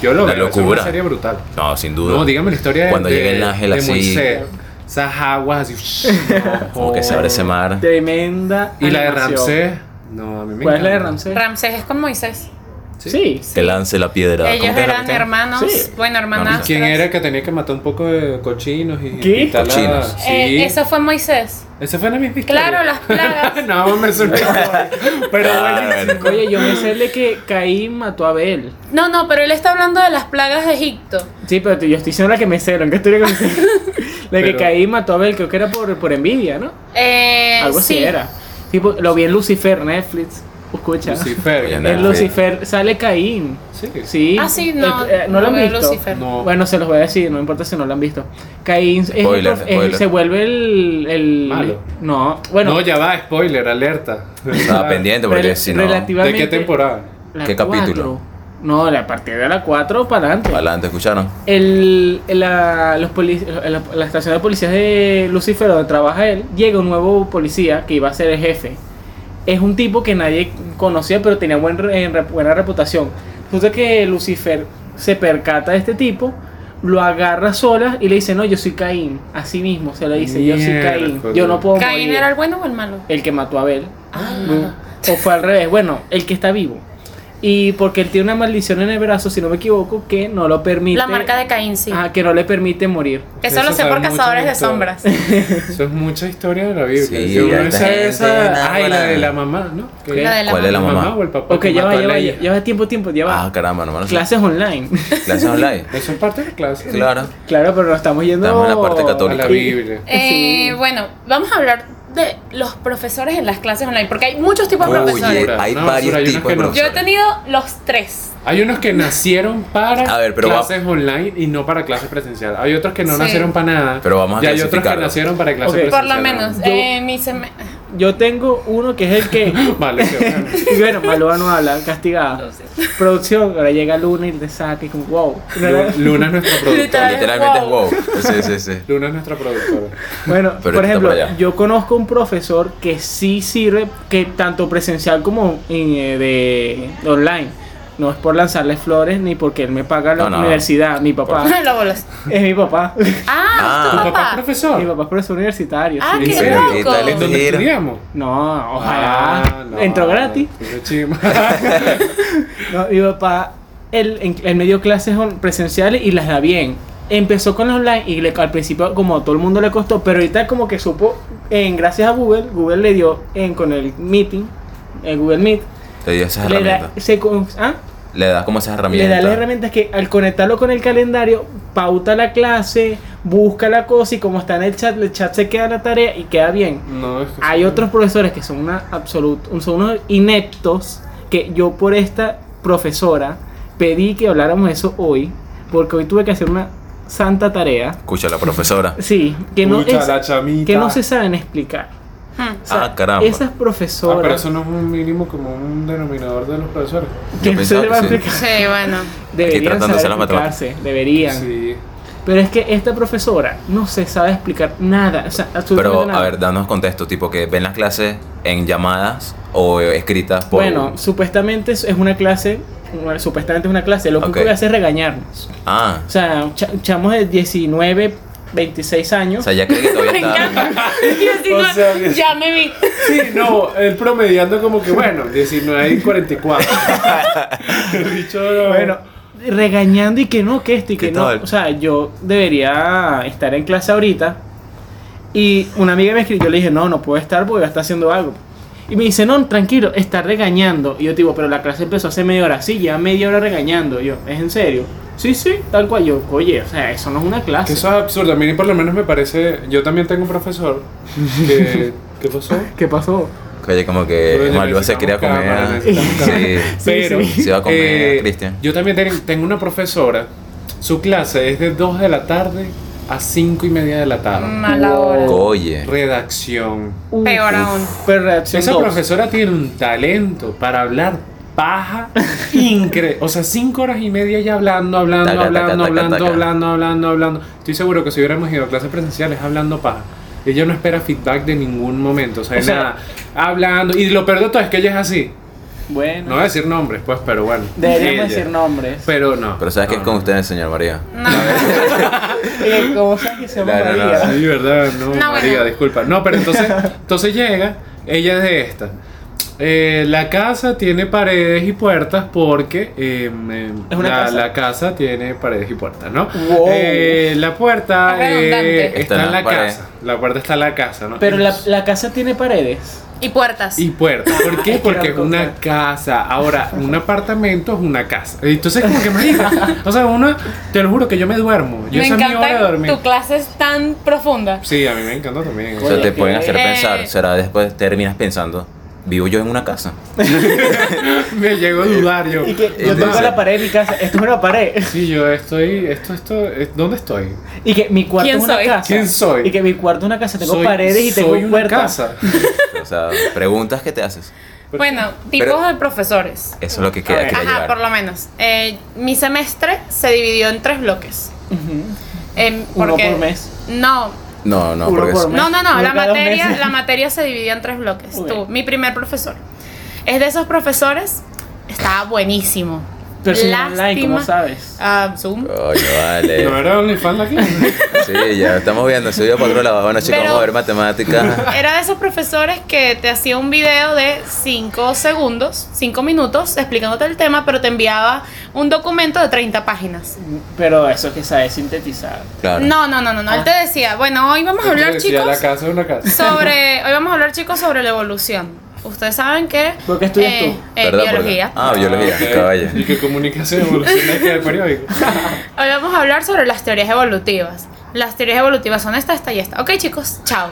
Speaker 1: Yo lo
Speaker 2: La
Speaker 1: veo. eso Es
Speaker 2: locura.
Speaker 1: una serie brutal.
Speaker 2: No, sin duda.
Speaker 1: No, dígame la historia de-
Speaker 2: Cuando
Speaker 1: de,
Speaker 2: llega el ángel
Speaker 1: de
Speaker 2: así.
Speaker 1: Moisés. Esas aguas así. no,
Speaker 2: Como que se abre ese mar.
Speaker 1: Oh.
Speaker 3: Tremenda.
Speaker 1: ¿Y la de
Speaker 3: animación.
Speaker 1: Ramsés? No, a mí me
Speaker 3: ¿Cuál es la de
Speaker 1: encanta.
Speaker 3: Ramsés?
Speaker 4: Ramsés es con Moisés.
Speaker 3: Sí.
Speaker 2: Te lance la piedra. ¿Cómo
Speaker 4: Ellos
Speaker 2: que es la
Speaker 4: eran
Speaker 2: cuestión?
Speaker 4: hermanos,
Speaker 3: Sí.
Speaker 4: bueno, hermanas.
Speaker 2: Ramsés.
Speaker 1: ¿Quién era el que tenía que matar un poco de cochinos y
Speaker 3: ¿Qué?
Speaker 1: quitar la-
Speaker 2: Cochinos.
Speaker 1: Sí.
Speaker 4: Eh, eso fue Moisés.
Speaker 1: Ese fue la misma historia.
Speaker 4: Claro, las plagas.
Speaker 1: no, me sorprendió. Pero
Speaker 2: Ah,
Speaker 1: bueno.
Speaker 2: bueno.
Speaker 3: Oye, yo me sé de que Caín mató a Abel.
Speaker 4: No, no, pero él está hablando de las plagas de Egipto.
Speaker 3: Sí, pero te- yo estoy diciendo la que me sé, ¿en qué estoy la que me sé? La que
Speaker 1: Pero-
Speaker 3: Caín mató a Abel, creo que era por, por envidia, ¿no?
Speaker 4: Eh,
Speaker 3: Algo
Speaker 4: sí.
Speaker 3: así era. Tipo, lo vi en Lucifer, Netflix. escucha.
Speaker 1: Lucifer.
Speaker 2: Oye,
Speaker 1: ¿no?
Speaker 2: Andrea.
Speaker 3: En Lucifer sale Caín.
Speaker 1: Sí.
Speaker 3: Sí.
Speaker 4: Ah, sí, no,
Speaker 3: Eh, eh, no lo han
Speaker 4: no veo
Speaker 3: visto.
Speaker 4: Lucifer.
Speaker 1: No.
Speaker 3: Bueno, se los voy a decir, no importa si no lo han visto. Caín es el
Speaker 2: Spoiler,
Speaker 3: prof- es-
Speaker 2: spoiler.
Speaker 3: se vuelve el, el-
Speaker 1: Malo.
Speaker 3: No, bueno.
Speaker 1: no, ya va, spoiler, alerta. Ah,
Speaker 2: Estaba pendiente porque
Speaker 3: rel-
Speaker 2: si no.
Speaker 1: ¿De qué
Speaker 3: relativamente-
Speaker 1: temporada?
Speaker 3: la
Speaker 2: ¿Qué
Speaker 3: cuatro.
Speaker 2: capítulo?
Speaker 3: No, la- a partir de la 4 para adelante.
Speaker 2: Adelante, ¿escucharon?
Speaker 3: El, la, los polic- la, la estación de policías de Lucifer, donde trabaja él, llega un nuevo policía que iba a ser el jefe. Es un tipo que nadie conocía, pero tenía buen re- re- buena reputación. Resulta que Lucifer se percata de este tipo, lo agarra sola y le dice: No, yo soy Caín. Así mismo se lo dice: Yo soy Caín.
Speaker 1: Miércoles.
Speaker 3: Yo no puedo
Speaker 4: ¿Caín
Speaker 3: morir".
Speaker 4: era el bueno o el malo?
Speaker 3: El que mató a Abel.
Speaker 4: Ah.
Speaker 3: O fue al revés. Bueno, el que está vivo. Y porque él tiene una maldición en el brazo, si no me equivoco, que no lo permite.
Speaker 4: La marca de Caín, sí.
Speaker 3: Ah, que no le permite morir.
Speaker 4: Eso,
Speaker 1: Eso
Speaker 4: lo sé
Speaker 1: sabe
Speaker 4: por
Speaker 1: mucho
Speaker 4: cazadores de
Speaker 1: esto.
Speaker 4: sombras.
Speaker 1: Eso es mucha historia de la Biblia.
Speaker 2: Sí,
Speaker 1: Si uno
Speaker 2: hay
Speaker 1: esa-
Speaker 2: gente
Speaker 1: esa- ay, la
Speaker 2: enamorada.
Speaker 1: de la mamá, ¿no?
Speaker 3: ¿Qué?
Speaker 4: La de la
Speaker 2: ¿Cuál es la
Speaker 4: mamá.
Speaker 2: mamá?
Speaker 1: o el papá.
Speaker 3: Ok,
Speaker 1: que
Speaker 3: ya va,
Speaker 1: mató a
Speaker 3: ya va,
Speaker 1: Leia.
Speaker 3: ya ya va, tiempo, tiempo, ya va.
Speaker 2: Ah, caramba, no me lo sé.
Speaker 3: Clases online.
Speaker 2: Clases online.
Speaker 1: Eso es parte de la clase. ¿no?
Speaker 2: Claro.
Speaker 3: claro, pero nos estamos yendo
Speaker 2: Estamos en la parte
Speaker 1: A
Speaker 2: católica.
Speaker 1: la Biblia.
Speaker 4: Eh, Bueno, vamos a hablar de los profesores en las clases online, porque hay muchos tipos de
Speaker 1: Oye,
Speaker 4: profesores.
Speaker 2: Oye, hay
Speaker 1: No,
Speaker 2: varios
Speaker 1: basura, hay unos
Speaker 2: tipos de
Speaker 1: que no.
Speaker 4: Yo he
Speaker 2: profesores.
Speaker 4: tenido los tres.
Speaker 1: Hay unos que nacieron para
Speaker 2: A ver, pero va-
Speaker 1: clases online y no para clases presencial. Hay otros que no
Speaker 4: Sí.
Speaker 1: nacieron para nada.
Speaker 2: Pero vamos a
Speaker 1: Y hay otros que
Speaker 2: clasificarlo.
Speaker 1: nacieron para clases
Speaker 3: Ok.
Speaker 4: Por lo
Speaker 1: presencial.
Speaker 4: menos.
Speaker 3: Yo-
Speaker 4: Eh, mi seme-
Speaker 3: Yo tengo uno que es el que.
Speaker 1: Vale, sí, bueno.
Speaker 3: y bueno, Maloa no habla, castigada. Producción, ahora llega Luna y le saca y como, wow.
Speaker 1: Lu- Luna es nuestra productora.
Speaker 4: Literal.
Speaker 2: Literalmente es
Speaker 4: Wow.
Speaker 2: wow. Sí, sí, sí.
Speaker 1: Luna es nuestra productora.
Speaker 3: Bueno,
Speaker 2: Pero está
Speaker 3: por ejemplo,
Speaker 2: por allá.
Speaker 3: yo conozco un profesor que sí sirve, que tanto presencial como eh, de, de online. No es por lanzarle flores ni porque él me paga la
Speaker 2: No, no.
Speaker 3: universidad. Mi papá
Speaker 4: Lo bolas.
Speaker 3: es mi papá.
Speaker 4: Ah,
Speaker 1: Ah. ¿Tu
Speaker 4: ¿es
Speaker 1: papá
Speaker 4: tu
Speaker 1: es
Speaker 4: papá.
Speaker 3: mi
Speaker 1: profesor?
Speaker 3: papá es profesor universitario.
Speaker 4: Ah,
Speaker 3: sí.
Speaker 4: qué
Speaker 2: serio? ¿Qué tal
Speaker 4: loco.
Speaker 2: esto?
Speaker 1: ¿Dónde
Speaker 2: Mira.
Speaker 1: estudiamos? Ah,
Speaker 3: No, ojalá.
Speaker 2: Ah,
Speaker 3: Entró gratis.
Speaker 1: qué chimba.
Speaker 3: No, mi papá, él, en- él me dio clases on- presenciales y las da bien. Empezó con los online y le- al principio como a todo el mundo le costó, pero ahorita como que supo, en, gracias a Google, Google le dio en, con el meeting, el Google Meet,
Speaker 2: Te dio esas
Speaker 3: le da,
Speaker 2: herramientas.
Speaker 3: se con- ¿ah?
Speaker 2: Le das como esas
Speaker 3: le
Speaker 2: herramientas.
Speaker 3: da las herramientas que al conectarlo con el calendario, pauta la clase, busca la cosa y como está en el chat, el chat se queda en la tarea y queda bien.
Speaker 1: No, es que-
Speaker 3: Hay otros profesores que son una absoluta, son unos ineptos que yo por esta profesora pedí que habláramos eso hoy, porque hoy tuve que hacer una santa tarea.
Speaker 2: Escucha la profesora.
Speaker 3: Sí, que no
Speaker 1: Escucha
Speaker 3: es-
Speaker 1: la chamita.
Speaker 3: que no se saben explicar.
Speaker 4: Hmm.
Speaker 3: O sea,
Speaker 2: Ah, caramba.
Speaker 3: Esas
Speaker 1: Ah, pero
Speaker 3: profesoras
Speaker 1: eso no es un mínimo como un denominador de los profesores.
Speaker 2: Yo
Speaker 3: que no se
Speaker 2: pensaba
Speaker 3: les va a
Speaker 2: que sí.
Speaker 3: explicar.
Speaker 4: Sí, bueno.
Speaker 3: Deberían
Speaker 2: tratando de
Speaker 3: saber
Speaker 2: hacer las matemáticas.
Speaker 3: explicarse, deberían.
Speaker 1: Sí.
Speaker 3: Pero es que esta profesora no se sabe explicar nada, o sea, absolutamente
Speaker 2: Pero, a
Speaker 3: nada.
Speaker 2: ver, danos contexto, tipo que ven las clases en llamadas o eh, escritas por...
Speaker 3: bueno, supuestamente es es una clase, bueno, supuestamente es una clase, lo
Speaker 2: Ok.
Speaker 3: único que hace es regañarnos.
Speaker 2: Ah,
Speaker 3: O sea, cha- chamos de 19, 26
Speaker 2: o
Speaker 3: años.
Speaker 2: sea, ya creo que todavía
Speaker 4: Me
Speaker 2: está...
Speaker 4: encanta. Y así,
Speaker 1: O
Speaker 4: no,
Speaker 1: sea, que-
Speaker 4: ya me vi.
Speaker 1: Sí, no, él promediando como que bueno, 19 y 44. El bicho, no.
Speaker 3: bueno, regañando y que no, que esto y que
Speaker 2: ¿Qué
Speaker 3: no.
Speaker 2: tal?
Speaker 3: O sea, yo debería estar en clase ahorita. Y una amiga me escribió, yo le dije, no, no puedo estar porque va a estar haciendo algo. Y me dice, no, tranquilo, está regañando. Y yo digo, pero la clase empezó hace media hora. Sí, ya media hora regañando. Y yo, ¿es en serio? Sí, sí, tal cual. Yo, oye, o sea, eso no es una
Speaker 1: Que
Speaker 3: clase.
Speaker 1: eso es absurdo. A mí por lo menos me parece. Yo también tengo un profesor que. ¿Qué pasó?
Speaker 3: ¿Qué pasó?
Speaker 2: Oye, como que
Speaker 1: Oye,
Speaker 2: Malva se quería
Speaker 1: necesitamos
Speaker 2: comer
Speaker 1: cámara,
Speaker 2: a...
Speaker 1: necesitamos
Speaker 2: Sí,
Speaker 1: Pero. eh,
Speaker 3: sí.
Speaker 2: Se va a comer, Cristian.
Speaker 1: Yo también ten- tengo una profesora. Su clase es de 2 de la tarde a 5 y media de la tarde.
Speaker 2: Mm.
Speaker 4: Mala hora.
Speaker 1: Oh.
Speaker 2: oye.
Speaker 1: Redacción.
Speaker 3: Uf,
Speaker 4: Peor aún.
Speaker 3: Pero reacción
Speaker 1: Esa
Speaker 3: dos.
Speaker 1: profesora tiene un talento para hablar paja increíble. O sea, cinco horas y media ya hablando, hablando,
Speaker 2: Taca, taca,
Speaker 1: hablando,
Speaker 2: taca,
Speaker 1: hablando,
Speaker 2: taca.
Speaker 1: hablando, hablando, hablando. Estoy seguro que si hubiéramos ido a clases presenciales hablando paja. Ella no espera feedback de ningún momento, o sea,
Speaker 3: O sea-
Speaker 1: nada. Hablando. Y lo peor de todo es que ella es así.
Speaker 3: Bueno.
Speaker 1: No voy a decir nombres, pues, pero bueno.
Speaker 3: Deberíamos
Speaker 1: Ella.
Speaker 3: decir nombres.
Speaker 1: Pero no.
Speaker 2: Pero sabes que
Speaker 1: no,
Speaker 2: es con
Speaker 1: no.
Speaker 2: ustedes, señor María.
Speaker 4: Ah. No.
Speaker 3: Eh, como sea que se llama
Speaker 2: Claro, no,
Speaker 3: María.
Speaker 1: Sí, verdad, no,
Speaker 4: No,
Speaker 1: María,
Speaker 4: bueno.
Speaker 1: disculpa. No, pero entonces, entonces llega, ella es de esta. Eh, la casa tiene paredes y puertas porque eh, eh,
Speaker 3: Es una
Speaker 1: la,
Speaker 3: casa.
Speaker 1: la casa tiene paredes y puertas, ¿no?
Speaker 3: Wow.
Speaker 1: Eh, la puerta
Speaker 4: Es redundante.
Speaker 1: eh, está, en la
Speaker 2: pared.
Speaker 1: casa. La puerta está en la casa, ¿no?
Speaker 3: Pero la, la casa tiene paredes.
Speaker 4: Y puertas.
Speaker 1: y puerta. ¿Por qué?
Speaker 3: Es que
Speaker 1: Porque es
Speaker 3: era
Speaker 1: una
Speaker 3: loco.
Speaker 1: casa. Ahora, un apartamento es una casa. Entonces, como que marica. O sea, uno, te lo juro que yo me duermo. Yo
Speaker 4: me
Speaker 1: esa es mi hora de
Speaker 4: encanta
Speaker 1: dormir.
Speaker 4: tu clase es tan profunda.
Speaker 1: Sí, a mí me encanta también.
Speaker 2: O sea,
Speaker 3: Oye,
Speaker 2: te
Speaker 3: que-
Speaker 2: pueden hacer
Speaker 4: Eh.
Speaker 2: pensar. Será después terminas pensando. vivo yo en una casa.
Speaker 1: Me llegó a dudar yo.
Speaker 3: Y que yo toco
Speaker 2: Entonces-
Speaker 3: la pared de mi casa, esto es una pared.
Speaker 1: Sí, yo estoy. Esto, esto. eh, ¿Dónde estoy?
Speaker 3: Y que mi cuarto
Speaker 4: ¿Quién
Speaker 3: es una
Speaker 4: soy?
Speaker 3: casa.
Speaker 1: ¿Quién soy?
Speaker 3: Y que mi cuarto es una casa, tengo
Speaker 1: Soy-
Speaker 3: paredes y tengo
Speaker 1: soy una
Speaker 3: puertas.
Speaker 1: casa.
Speaker 2: O sea, preguntas que te haces.
Speaker 4: Bueno, tipos
Speaker 2: Pero-
Speaker 4: de profesores.
Speaker 2: Eso es lo que queda,
Speaker 3: Ok.
Speaker 2: quería
Speaker 4: Ajá,
Speaker 2: llegar.
Speaker 4: por lo menos. Eh, mi semestre se dividió en tres bloques.
Speaker 3: Ujú.
Speaker 4: Em,
Speaker 3: Uno
Speaker 4: porque-
Speaker 3: por mes.
Speaker 4: No,
Speaker 2: No, no,
Speaker 3: Uno
Speaker 2: porque
Speaker 3: por
Speaker 2: es-
Speaker 3: mes.
Speaker 4: no, no, no.
Speaker 3: Uno
Speaker 4: La
Speaker 3: cada dos
Speaker 4: materia,
Speaker 3: meses.
Speaker 4: la materia se dividió en tres bloques.
Speaker 3: Ok.
Speaker 4: Tú, mi primer profesor. Es de esos profesores, estaba buenísimo.
Speaker 3: Pero si no online, ¿cómo
Speaker 4: Lástima.
Speaker 3: sabes?
Speaker 4: Ah, Zoom.
Speaker 2: Coño,
Speaker 1: Eh, ¿No
Speaker 2: vale.
Speaker 1: era OnlyFans aquí?
Speaker 2: Sí, ya estamos viendo, se iba para otro lado. Bueno, chicos,
Speaker 4: Pero-
Speaker 2: vamos a ver matemáticas.
Speaker 4: Era de esos profesores que te hacía un video de 5 segundos, 5 minutos, explicándote el tema, pero te enviaba un documento de 30 páginas.
Speaker 3: Pero eso que sabes sintetizar.
Speaker 2: Claro.
Speaker 4: No, no, no, no, no. Él te
Speaker 3: Ah.
Speaker 4: decía, bueno, hoy vamos a hablar,
Speaker 1: Entonces,
Speaker 4: chicos,
Speaker 1: Ya la casa es una casa.
Speaker 4: sobre. Hoy vamos a hablar, chicos, sobre la evolución. Ustedes saben que.
Speaker 3: ¿Por qué estudias tú?
Speaker 4: eh,
Speaker 2: ¿Verdad? Porque-
Speaker 4: biología.
Speaker 2: Ah, biología,
Speaker 1: ok.
Speaker 2: caballo.
Speaker 1: Y que comunicación evoluciona que el periódico.
Speaker 4: Hoy vamos a hablar sobre las teorías evolutivas. Las teorías evolutivas son esta, esta y esta. Ok, chicos, chao.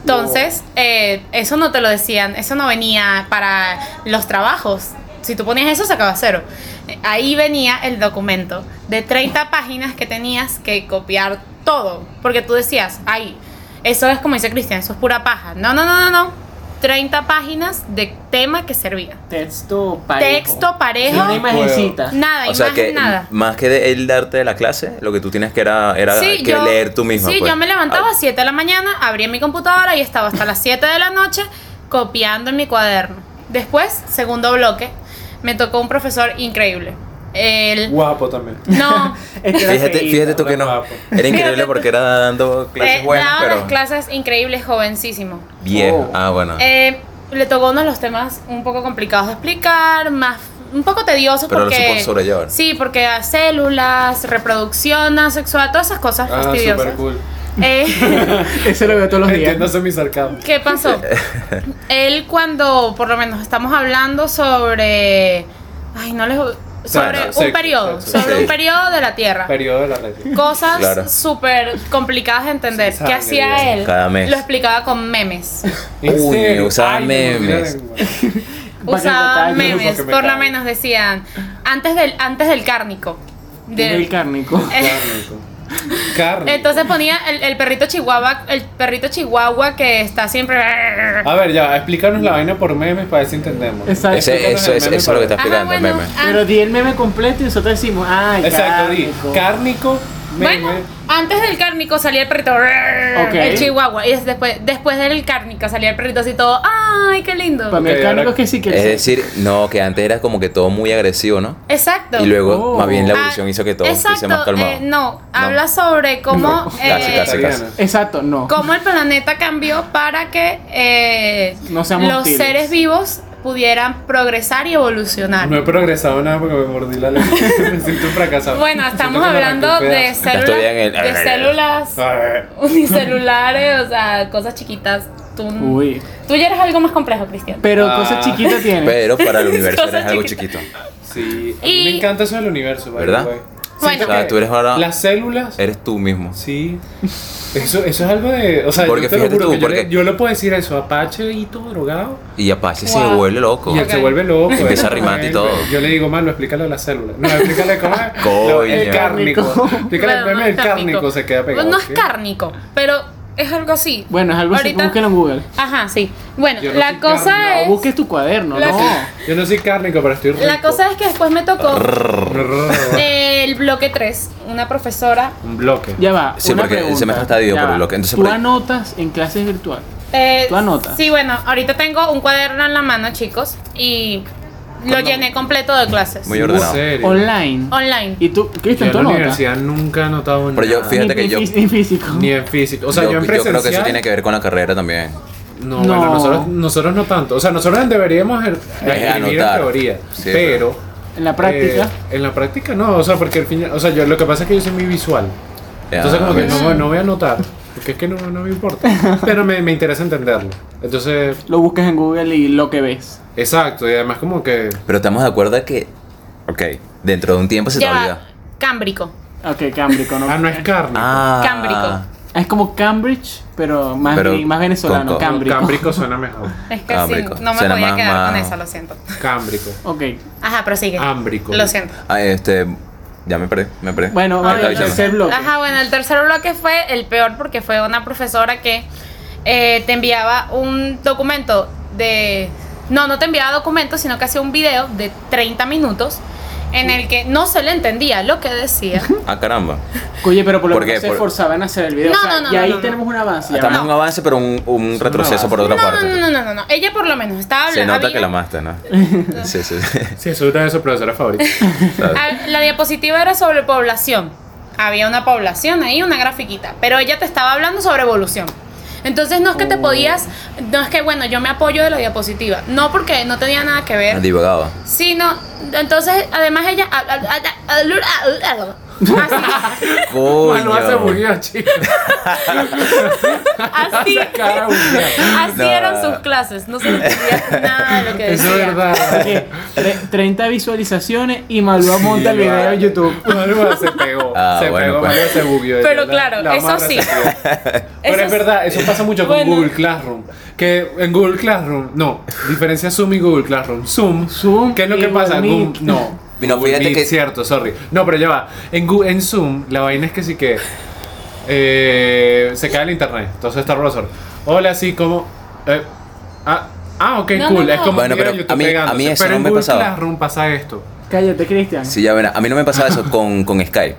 Speaker 4: Entonces, eh, eso no te lo decían, eso no venía para los trabajos. Si tú ponías eso, sacaba cero. Eh, Ahí venía el documento de 30 páginas que tenías que copiar todo. Porque tú decías, ay, eso es como dice Cristian, eso es pura paja. No, no, no, no, no. 30 páginas de tema que servía.
Speaker 3: Texto parejo.
Speaker 4: Texto parejo.
Speaker 3: Sin una imagencita.
Speaker 4: Nada,
Speaker 2: O sea
Speaker 4: imagen,
Speaker 2: que
Speaker 4: nada.
Speaker 2: más que de él darte la clase, lo que tú tienes que era, era
Speaker 4: Sí,
Speaker 2: que
Speaker 4: yo-
Speaker 2: leer tú pues. mismo.
Speaker 4: Sí, yo me levantaba a 7 de la mañana, abría mi computadora y estaba hasta las 7 de la noche copiando en mi cuaderno. Después, segundo bloque, me tocó un profesor increíble. Él.
Speaker 1: Guapo también.
Speaker 4: No.
Speaker 3: Este era
Speaker 2: Fíjate,
Speaker 3: feíto.
Speaker 2: fíjate tú que no.
Speaker 1: Guapo.
Speaker 2: Era
Speaker 4: Fíjate
Speaker 2: increíble
Speaker 4: tú.
Speaker 2: porque era dando clases
Speaker 4: eh,
Speaker 2: buenas,
Speaker 4: daba
Speaker 2: pero
Speaker 4: unas clases increíbles, jovencísimo.
Speaker 2: viejo.
Speaker 3: Oh.
Speaker 2: Ah, bueno.
Speaker 4: Eh, le tocó uno de los temas un poco complicados de explicar, más un poco tediosos
Speaker 2: Pero lo
Speaker 4: porque
Speaker 2: supo sobrellevar.
Speaker 4: sí porque a células reproducción asexual todas esas cosas
Speaker 1: Ah,
Speaker 4: fastidiosas
Speaker 1: super cool.
Speaker 4: Eh,
Speaker 3: Eso lo veo todos los días.
Speaker 1: Entiéndase mi sarcasmo.
Speaker 4: ¿Qué pasó? Él cuando, por lo menos, estamos hablando sobre... Ay, no les... Sobre un
Speaker 1: sexo,
Speaker 4: periodo,
Speaker 1: sexo.
Speaker 4: sobre
Speaker 2: Sí.
Speaker 4: un periodo de la Tierra.
Speaker 1: Periodo de la red.
Speaker 4: Cosas
Speaker 2: Claro.
Speaker 4: súper complicadas de entender.
Speaker 1: Sí,
Speaker 4: ¿Qué
Speaker 1: saben, eh,
Speaker 4: hacía él?
Speaker 2: cada mes.
Speaker 4: Lo explicaba con memes.
Speaker 1: ¿En
Speaker 2: Uy,
Speaker 1: serio?
Speaker 2: usaba
Speaker 1: Ay, me mordí la
Speaker 2: memes.
Speaker 1: lengua.
Speaker 3: Varios
Speaker 4: Usaba
Speaker 3: detalles.
Speaker 4: memes,
Speaker 1: porque me
Speaker 4: por lo
Speaker 1: cago.
Speaker 4: menos decían, antes del, antes del cárnico. De-
Speaker 3: Del cárnico.
Speaker 1: Cárnico. Cárnico.
Speaker 4: entonces ponía el, el perrito chihuahua, el perrito chihuahua que está siempre...
Speaker 1: A ver, ya, explícanos la vaina por memes para ver si entendemos.
Speaker 3: Exacto.
Speaker 2: Ese, eso, es, eso es lo que está
Speaker 4: Ajá,
Speaker 2: explicando el
Speaker 4: bueno,
Speaker 2: meme.
Speaker 4: ah,
Speaker 3: Pero di el meme completo y nosotros decimos, ay,
Speaker 1: Exacto, di.
Speaker 3: cárnico.
Speaker 1: Cárnico, meme.
Speaker 4: Bueno, antes del cárnico salía el perrito, el chihuahua, y es después, después del cárnico salía el perrito así todo, ¡ay, qué lindo!
Speaker 3: Para mí
Speaker 1: Ok,
Speaker 3: el cárnico
Speaker 1: ahora- Eh,
Speaker 3: es que sí que
Speaker 2: Es decir, no, que antes era como que todo muy agresivo, ¿no?
Speaker 4: Exacto.
Speaker 2: Y luego,
Speaker 3: Oh.
Speaker 2: más bien, la
Speaker 4: Ah,
Speaker 2: evolución hizo que todo
Speaker 4: exacto,
Speaker 2: estuviese más calmado.
Speaker 4: eh, no, habla sobre cómo,
Speaker 2: No.
Speaker 4: eh,
Speaker 2: Casi, casi.
Speaker 1: Italiana.
Speaker 3: Exacto, no.
Speaker 4: cómo el planeta cambió para que eh,
Speaker 3: No
Speaker 4: los
Speaker 3: seamos hostiles.
Speaker 4: seres vivos pudieran progresar y evolucionar.
Speaker 1: No he progresado nada porque me mordí la lengua. me siento un fracasado.
Speaker 4: Bueno, estamos hablando de
Speaker 1: de...
Speaker 4: células,
Speaker 2: bien en-
Speaker 4: de células
Speaker 3: Ah.
Speaker 4: unicelulares, o sea, cosas chiquitas. Tú,
Speaker 3: Uy.
Speaker 4: tú ya eres algo más complejo, Cristian.
Speaker 3: Pero
Speaker 1: Ah.
Speaker 3: cosas chiquitas tiene.
Speaker 2: Pero para el
Speaker 4: Es
Speaker 2: universo
Speaker 4: cosa
Speaker 2: eres algo
Speaker 4: chiquita.
Speaker 2: chiquito.
Speaker 1: Sí, a mí
Speaker 4: Y-
Speaker 1: me encanta eso del universo, by the
Speaker 2: ¿Verdad?
Speaker 1: way.
Speaker 4: Bueno.
Speaker 2: O sea, tú eres ahora. eh.
Speaker 1: Las células,
Speaker 2: Eres tú mismo.
Speaker 1: sí. Eso, eso es algo de. O sea,
Speaker 2: Porque
Speaker 1: yo te lo
Speaker 2: fíjate
Speaker 1: juro
Speaker 2: tú,
Speaker 1: que yo,
Speaker 2: porque-
Speaker 1: le, yo le puedo decir eso a Pache y todo drogado.
Speaker 2: Y Apache se
Speaker 4: Wow.
Speaker 2: vuelve loco.
Speaker 1: Y él
Speaker 4: Ok.
Speaker 1: se vuelve loco.
Speaker 2: Empieza
Speaker 1: ¿verdad?
Speaker 2: a rimar y
Speaker 1: Él-
Speaker 2: todo.
Speaker 1: Yo le digo, mano, explícale las células. No, explícale cómo es. No, el
Speaker 2: Coño.
Speaker 1: cárnico. Explícale el
Speaker 4: Bueno, no
Speaker 1: meme
Speaker 4: es
Speaker 1: del cárnico, se queda pegado.
Speaker 4: No es
Speaker 1: ¿sí?
Speaker 4: cárnico, pero es algo así.
Speaker 3: Bueno, es algo así,
Speaker 4: Ahorita-
Speaker 3: búsquelo en Google.
Speaker 4: Ajá, sí. Bueno,
Speaker 1: Yo no
Speaker 4: la
Speaker 1: soy
Speaker 4: cosa
Speaker 1: cárnico,
Speaker 4: es.
Speaker 3: O busques tu cuaderno,
Speaker 4: La-
Speaker 3: no.
Speaker 1: Yo no soy cárnico, pero estoy rico.
Speaker 4: La cosa es que después me tocó el bloque 3, una profesora.
Speaker 1: Un bloque.
Speaker 3: Ya va.
Speaker 2: Sí,
Speaker 3: una
Speaker 2: porque el
Speaker 3: pregunta,
Speaker 2: semestre está dividido
Speaker 3: ya
Speaker 2: por
Speaker 3: va.
Speaker 2: bloque, entonces
Speaker 3: Tú
Speaker 2: por ahí-
Speaker 3: anotas en clases virtuales.
Speaker 4: eh,
Speaker 3: ¿Tú anotas?
Speaker 4: Sí, bueno, ahorita tengo un cuaderno en la mano, chicos, y lo llené completo de clases.
Speaker 2: Muy
Speaker 1: En
Speaker 2: ordenado.
Speaker 1: serio.
Speaker 3: Online.
Speaker 4: Online.
Speaker 3: Y tú,
Speaker 1: Yo
Speaker 3: Cristian,
Speaker 1: en
Speaker 3: tú
Speaker 1: la
Speaker 3: anotas.
Speaker 1: universidad nunca he notado
Speaker 2: Pero yo,
Speaker 1: nada.
Speaker 2: fíjate
Speaker 3: Ni-
Speaker 2: que
Speaker 3: ni
Speaker 2: yo-
Speaker 3: fí- Ni físico.
Speaker 1: Ni en físico. O sea, yo, en presencial.
Speaker 2: creo que eso tiene que ver con la carrera también.
Speaker 1: No,
Speaker 3: No.
Speaker 1: bueno, nosotros, nosotros no tanto. O sea, nosotros deberíamos er- escribir en
Speaker 2: anotar.
Speaker 1: teoría.
Speaker 2: Sí,
Speaker 1: pero.
Speaker 3: En la práctica.
Speaker 1: eh, en la práctica no. O sea, porque al final. O sea, yo lo que pasa es que yo soy muy visual.
Speaker 2: Ya,
Speaker 1: Entonces, como que
Speaker 2: ves.
Speaker 1: no, no voy a anotar. Porque es que no, no me importa. Pero me, me interesa entenderlo. Entonces,
Speaker 3: Lo buscas en Google y lo que ves.
Speaker 1: exacto. Y además, como que.
Speaker 2: Pero estamos de acuerdo que. Ok. Dentro de un tiempo se te
Speaker 4: ya,
Speaker 2: olvida.
Speaker 4: cámbrico.
Speaker 3: Ok, Cámbrico, ¿no?
Speaker 1: Ah, no ah, es carne.
Speaker 2: Ah.
Speaker 4: Cámbrico.
Speaker 3: Es como Cambridge, pero más,
Speaker 2: Pero
Speaker 3: gri- más venezolano,
Speaker 2: con- con-
Speaker 3: Cambrico.
Speaker 1: Cámbrico suena mejor.
Speaker 4: Es que
Speaker 2: Ámbrico.
Speaker 4: sí, no me
Speaker 2: Suena
Speaker 4: podía
Speaker 2: más-
Speaker 4: quedar
Speaker 2: más-
Speaker 4: con esa, lo siento.
Speaker 1: Cámbrico.
Speaker 3: Ok.
Speaker 4: Ajá, prosigue.
Speaker 1: Ámbrico.
Speaker 4: Lo siento.
Speaker 2: Ah, este. Ya me perdí, me perdí.
Speaker 3: Bueno,
Speaker 2: Ahí
Speaker 3: vale,
Speaker 2: está,
Speaker 4: Ay,
Speaker 3: el
Speaker 4: no.
Speaker 2: avísame.
Speaker 3: tercer bloque.
Speaker 4: Ajá, bueno, el tercer bloque fue el peor porque fue una profesora que eh, te enviaba un documento de... No, no te enviaba documentos, sino que hacía un video de 30 minutos en el que no se le entendía lo que decía.
Speaker 2: Ah, caramba.
Speaker 3: Oye, pero por lo
Speaker 2: ¿Por
Speaker 3: menos
Speaker 2: qué?
Speaker 3: se
Speaker 2: Por-
Speaker 3: esforzaban en hacer el video.
Speaker 4: No,
Speaker 3: O
Speaker 4: no,
Speaker 3: sea,
Speaker 4: no,
Speaker 3: y ahí
Speaker 4: no, no.
Speaker 3: tenemos un avance. ya
Speaker 2: Estamos en
Speaker 3: va.
Speaker 2: un avance, pero un, un retroceso por
Speaker 1: avance.
Speaker 2: otra
Speaker 4: No, no,
Speaker 2: parte.
Speaker 4: no, no, no, no. Ella por lo menos estaba
Speaker 2: Se
Speaker 4: hablando.
Speaker 2: nota
Speaker 4: había-
Speaker 2: que la amaste, ¿no? sí, sí. sí.
Speaker 1: Sí, eso es una de sus profesoras favoritas.
Speaker 2: Claro.
Speaker 4: Ah, La diapositiva era sobre población. Había una población ahí, una grafiquita. Pero ella te estaba hablando sobre evolución. Entonces no es que te podías, no es que bueno, yo me apoyo de la diapositiva. No porque no tenía nada que ver.
Speaker 2: Divagado.
Speaker 4: Sino, entonces, además ella. Así,
Speaker 1: Bueno, no hace
Speaker 2: Coño.
Speaker 1: bugueo, chicos.
Speaker 4: así,
Speaker 1: Esa cara buguea.
Speaker 4: así
Speaker 2: No.
Speaker 4: eran sus clases. No se entendía nada de lo que decía.
Speaker 1: Eso es verdad.
Speaker 3: Ok, tre- 30 visualizaciones y Malúa monta el video en YouTube.
Speaker 1: Maluma se pegó.
Speaker 2: Ah,
Speaker 1: se
Speaker 2: bueno,
Speaker 1: pegó,
Speaker 2: pues.
Speaker 1: Maluma se bugueó.
Speaker 4: Pero
Speaker 1: La-
Speaker 4: claro,
Speaker 1: la
Speaker 4: eso
Speaker 1: amarra
Speaker 4: sí.
Speaker 1: se pegó. Pero
Speaker 4: Eso
Speaker 1: es
Speaker 4: sí.
Speaker 1: verdad, eso pasa mucho con
Speaker 4: Bueno.
Speaker 1: Google Classroom. Que en Google Classroom, no, diferencia Zoom y Google Classroom. Zoom,
Speaker 3: Zoom
Speaker 1: ¿qué es lo
Speaker 3: y
Speaker 1: que pasa?
Speaker 3: Google
Speaker 1: Google,
Speaker 3: Meet.
Speaker 1: no.
Speaker 2: No,
Speaker 1: Google
Speaker 2: fíjate
Speaker 1: Meet,
Speaker 2: que-
Speaker 1: cierto, sorry. No, pero ya va. En, Gu- en Zoom, la vaina es que sí que eh, se cae el internet. Entonces está el profesor. Hola, sí, como. eh, ah, ah, ok,
Speaker 4: No,
Speaker 1: cool.
Speaker 4: no,
Speaker 1: Es
Speaker 4: no.
Speaker 1: como
Speaker 2: Bueno,
Speaker 1: un video
Speaker 2: pero
Speaker 1: de YouTube
Speaker 2: a mí- a mí
Speaker 1: pegándose.
Speaker 2: eso
Speaker 1: pero
Speaker 2: no
Speaker 1: en
Speaker 2: me
Speaker 1: Google
Speaker 2: pasaba.
Speaker 1: Classroom pasa esto.
Speaker 3: Cállate, Cristian.
Speaker 2: Sí, ya verás. A mí no me pasaba eso con, con Sky.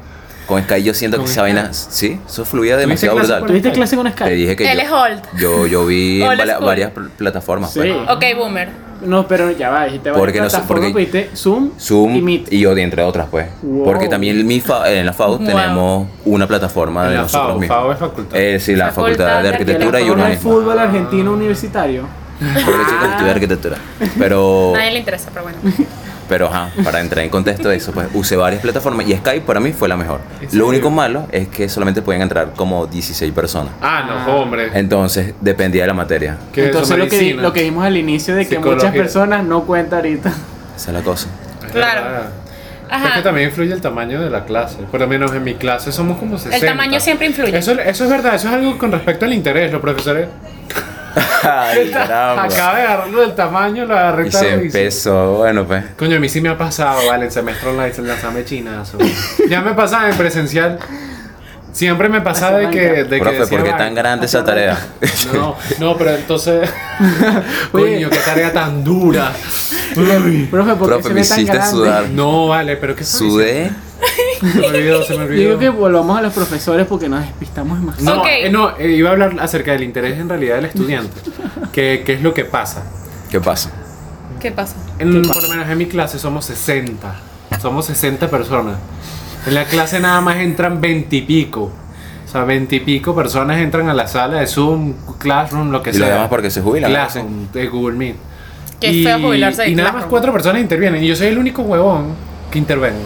Speaker 2: Con Sky yo siento que esa vaina. Sí, eso fluía
Speaker 1: ¿Tuviste
Speaker 2: demasiado
Speaker 1: clase
Speaker 2: brutal.
Speaker 1: con-
Speaker 3: ¿Tuviste clase con
Speaker 2: Te
Speaker 3: Sky?
Speaker 2: dije que.
Speaker 4: Él
Speaker 2: yo-
Speaker 4: es old.
Speaker 2: Yo, yo vi en
Speaker 4: Old
Speaker 2: vala-
Speaker 4: school.
Speaker 2: varias pl- plataformas.
Speaker 3: Sí.
Speaker 2: pues.
Speaker 4: Ok, boomer.
Speaker 3: No, pero ya va, dijiste varias
Speaker 2: Porque no sé,
Speaker 3: plataformas,
Speaker 2: porque-
Speaker 3: viste Zoom,
Speaker 2: Zoom
Speaker 3: y
Speaker 2: y,
Speaker 3: Meet.
Speaker 2: Odi, entre otras, pues.
Speaker 3: Wow.
Speaker 2: Porque también mi fa- en la FAO
Speaker 4: Wow.
Speaker 2: tenemos una plataforma
Speaker 1: En
Speaker 2: Ah, de
Speaker 1: la
Speaker 2: nosotros
Speaker 1: FAO,
Speaker 2: mismos.
Speaker 1: FAO es facultad.
Speaker 2: Eh, sí, la Facultad,
Speaker 4: Facultad
Speaker 2: de
Speaker 4: de
Speaker 2: Arquitectura y
Speaker 3: Plataforma de
Speaker 2: Urbanismo.
Speaker 3: fútbol
Speaker 1: Ah.
Speaker 3: argentino universitario.
Speaker 2: Porque chicos estudian arquitectura. Pero,
Speaker 4: Nadie le interesa, pero bueno.
Speaker 2: pero ajá, para entrar en contexto de eso, pues usé varias plataformas y Skype para mí fue la mejor.
Speaker 1: ¿En serio?
Speaker 2: Lo único malo es que solamente pueden entrar como 16 personas.
Speaker 1: Ah, no, hombre.
Speaker 2: Entonces, dependía de la materia.
Speaker 1: ¿Qué es eso,
Speaker 3: Entonces lo que, di-
Speaker 1: medicina?
Speaker 3: lo que vimos al inicio de que muchas
Speaker 1: Psicología.
Speaker 3: personas no cuenta ahorita.
Speaker 2: Esa es la cosa.
Speaker 1: Es
Speaker 4: Claro.
Speaker 1: verdad.
Speaker 4: Ajá.
Speaker 1: Ah. Es que también influye el tamaño de la clase. Por lo menos en mi clase somos como 60.
Speaker 4: tamaño siempre influye.
Speaker 1: Eso, eso es verdad, eso es algo con respecto al interés. Los profesores.
Speaker 2: Ay, caramba.
Speaker 1: Acaba de agarrarlo del tamaño, lo agarré
Speaker 2: Y se
Speaker 1: tardísimo.
Speaker 2: empezó, bueno, pues.
Speaker 1: Coño, a mí sí me ha pasado, vale, el semestre online, el lanzame chinazo. ya me pasaba en presencial. Siempre me pasaba de que. De que
Speaker 2: Profe,
Speaker 1: decía,
Speaker 2: ¿por qué
Speaker 1: "Vale".
Speaker 2: tan grande esa tarea?
Speaker 1: No, no, pero entonces.
Speaker 3: Oye.
Speaker 1: Coño, qué tarea tan dura. Uy.
Speaker 3: Profe, ¿por qué
Speaker 2: Profe,
Speaker 3: se
Speaker 2: me
Speaker 3: ve tan
Speaker 2: hiciste
Speaker 3: grande?
Speaker 2: sudar.
Speaker 1: No, vale, pero qué estaba
Speaker 2: Sudé.
Speaker 1: diciendo? Se me olvidó, se me
Speaker 3: Yo
Speaker 1: olvidó.
Speaker 3: digo que volvamos a los profesores porque nos despistamos demasiado.
Speaker 1: No,
Speaker 4: Ok.
Speaker 1: eh, no eh, iba a hablar acerca del interés en realidad del estudiante. ¿Qué es lo que pasa?
Speaker 2: ¿Qué pasa?
Speaker 4: ¿Qué pasa?
Speaker 1: En, por lo menos en mi clase somos 60. Somos 60 personas. En la clase nada más entran 20 y pico. O sea, 20 y pico personas entran a la sala de Zoom, Classroom, lo que
Speaker 2: Y
Speaker 1: sea.
Speaker 2: lo demás porque se jubilan. ¿no?
Speaker 1: Classroom, de eh, Google Meet.
Speaker 4: Qué
Speaker 1: y,
Speaker 4: feo jubilarse de
Speaker 1: Y nada más
Speaker 4: Classroom.
Speaker 1: cuatro personas intervienen. Y yo soy el único huevón que intervengo.